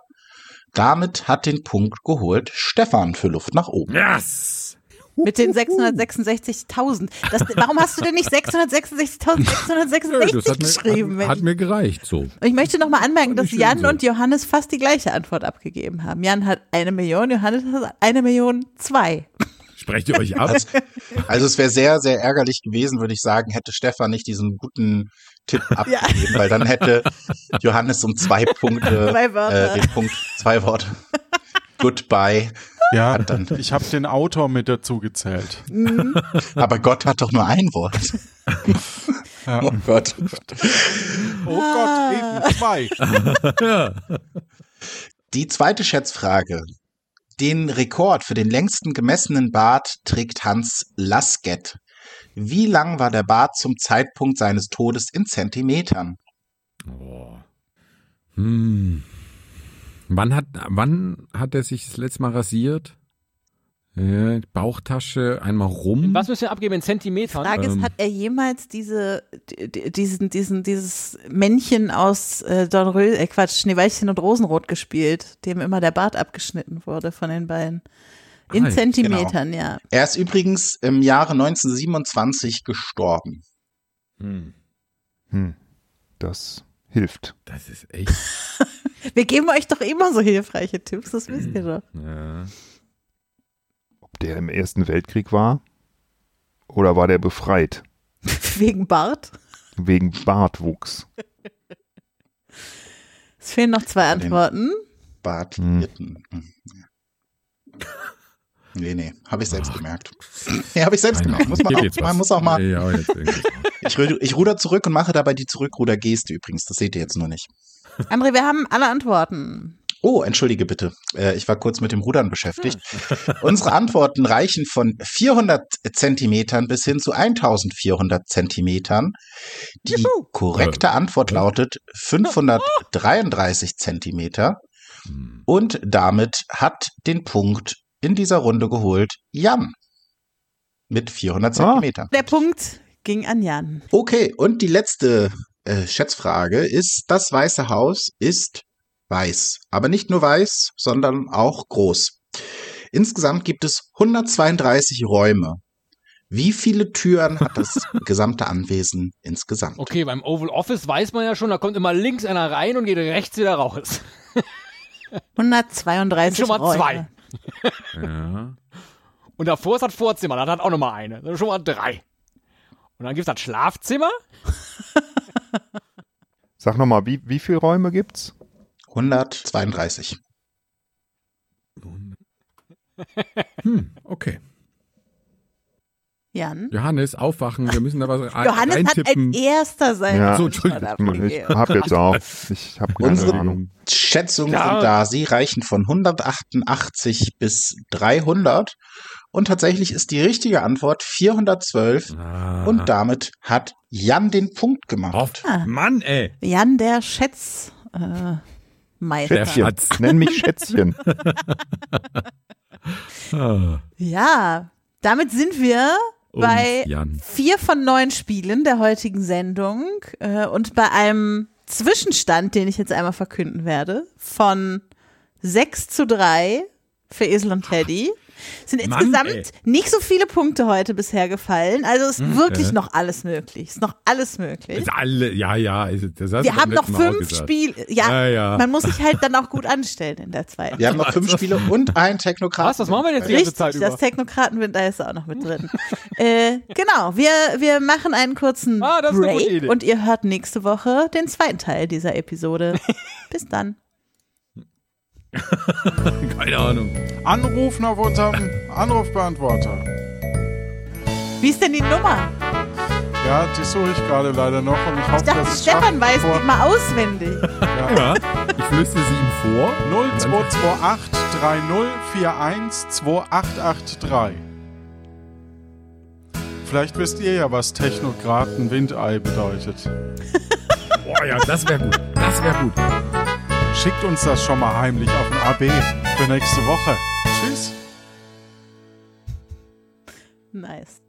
Damit hat den Punkt geholt Stefan für Luft nach oben.
Yes!
mit den 666.000. Das- Warum hast du denn nicht 666.666
hat,
geschrieben?
mir, hat,
Mensch?
hat mir gereicht. So.
Und ich möchte nochmal anmerken, dass
schön
Jan
sein.
und Johannes fast die gleiche Antwort abgegeben haben. Jan hat eine Million, Johannes hat eine Million zwei.
Sprecht ihr euch ab?
Also, also es wäre sehr, sehr ärgerlich gewesen, würde ich sagen, hätte Stefan nicht diesen guten Tipp abgegeben, weil dann hätte Johannes um zwei Punkte
Zwei Wörter.
Äh, den Punkt, zwei Worte. Goodbye.
Ja,
dann-
ich habe den Autor mit dazu gezählt.
Aber Gott hat doch nur ein Wort.
Ja.
Oh Gott.
Oh Gott, eben zwei.
Die zweite Schätzfrage. Den Rekord für den längsten gemessenen Bart trägt Hans Lasket. Wie lang war der Bart zum Zeitpunkt seines Todes in Zentimetern?
Oh. Hm. Wann hat, wann hat er sich das letzte Mal rasiert? Ja, Bauchtasche einmal rum.
Was müssen wir abgeben in Zentimetern?
Frage ist,
Ähm.
hat er jemals diese, d- d- diesen, diesen, dieses Männchen aus äh, Dornrö äh, Quatsch, Schneeweißchen und Rosenrot gespielt, dem immer der Bart abgeschnitten wurde von den beiden? In
Ah, ja,
Zentimetern, ja.
Er ist übrigens im Jahre 1927 gestorben.
Hm.
Hm. Das hilft.
Das ist echt.
Wir geben euch doch immer so hilfreiche Tipps, das wisst ihr doch.
Ja.
Ob der im Ersten Weltkrieg war oder war der befreit?
Wegen Bart.
Wegen Bartwuchs.
Es fehlen noch zwei
den-
Antworten.
Bart
Hm.
Litten. Hm. Nee, nee, habe ich selbst gemerkt. Nee, habe ich selbst gemerkt. Muss man,
Geht
auch,
jetzt was?
man muss auch mal.
Ja, jetzt irgendwie.
Ich, rü- ich ruder zurück und mache dabei die Zurückruder-Geste übrigens. Das seht ihr jetzt nur nicht.
André, wir haben alle Antworten.
Oh, entschuldige bitte. Äh, ich war kurz mit dem Rudern beschäftigt. Unsere Antworten reichen von 400 Zentimetern bis hin zu 1400 Zentimetern. Die korrekte Antwort lautet 533 Zentimeter.
Hm.
Und damit hat den Punkt in dieser Runde geholt Jan. Mit 400
Ah.
Zentimetern.
Der Punkt ging an Jan.
Okay, und die letzte äh, Schätzfrage ist, das Weiße Haus ist weiß. Aber nicht nur weiß, sondern auch groß. Insgesamt gibt es 132 Räume. Wie viele Türen hat das gesamte Anwesen insgesamt?
Okay, beim Oval Office weiß man ja schon, da kommt immer links einer rein und geht rechts wieder raus.
132
Schon mal
Räume.
zwei.
Ja.
Und davor ist das Vorzimmer, das hat auch nochmal eine. Das sind schon mal drei. Und dann gibt es das Schlafzimmer.
Sag nochmal, wie, wie viele Räume gibt's?
132.
Hm, okay.
Jan.
Johannes, aufwachen, wir müssen da was ein-
Johannes hat E-
reintippen.
als erster sein.
Ja.
So, Entschuldigung.
Ich hab jetzt auf. Ich hab keine
Unsere-
Ahnung.
Schätzungen
Ja.
sind da. Sie reichen von 188 bis 300. Und tatsächlich ist die richtige Antwort 412.
Ah.
Und damit hat Jan den Punkt gemacht.
Oft.
Ah.
Mann, ey.
Jan, der Schätz. Äh, Meister.
Der Schatz.
Nenn mich Schätzchen.
Ah.
Ja, damit sind wir
Und
bei
Jan.
vier von neun Spielen der heutigen Sendung äh, und bei einem Zwischenstand, den ich jetzt einmal verkünden werde, von 6 zu 3 für Esel und Teddy. Es sind
Mann,
insgesamt
ey. Hm,
nicht so viele Punkte heute bisher gefallen. Also ist wirklich
ja.
noch alles möglich. Ist noch alles möglich.
Ist alle, ja, ja. ist- Das hast du
Wir
beim
haben noch
letzten Mal auch
fünf
gesagt.
Spiele. Ja,
Ja, ja.
man muss sich halt dann auch gut anstellen in der zweiten.
Wir haben noch fünf Spiele und ein Technokraten.
Was, was machen wir jetzt die ganze
Richtig,
Zeit
das
über?
Technokratenwind, da ist er auch noch mit drin. äh, genau, wir, wir machen einen kurzen
Ah, das ist eine gute
Break
Idee.
und ihr hört nächste Woche den zweiten Teil dieser Episode. Bis dann.
Keine Ahnung.
Anrufen auf unserem Anrufbeantworter.
Wie ist denn die Nummer?
Ja, die suche ich gerade leider noch und ich hoffe,
Ich dachte,
dass ich
Stefan weiß
vor
die mal auswendig.
Ja, ich flüstere sie ihm vor.
0228 3041 2883. Vielleicht wisst ihr ja, was Technokraten Windei bedeutet.
Boah, Oh ja, das wäre gut. Das wäre gut.
Schickt uns das schon mal heimlich auf den AB für nächste Woche. Tschüss.
Nice.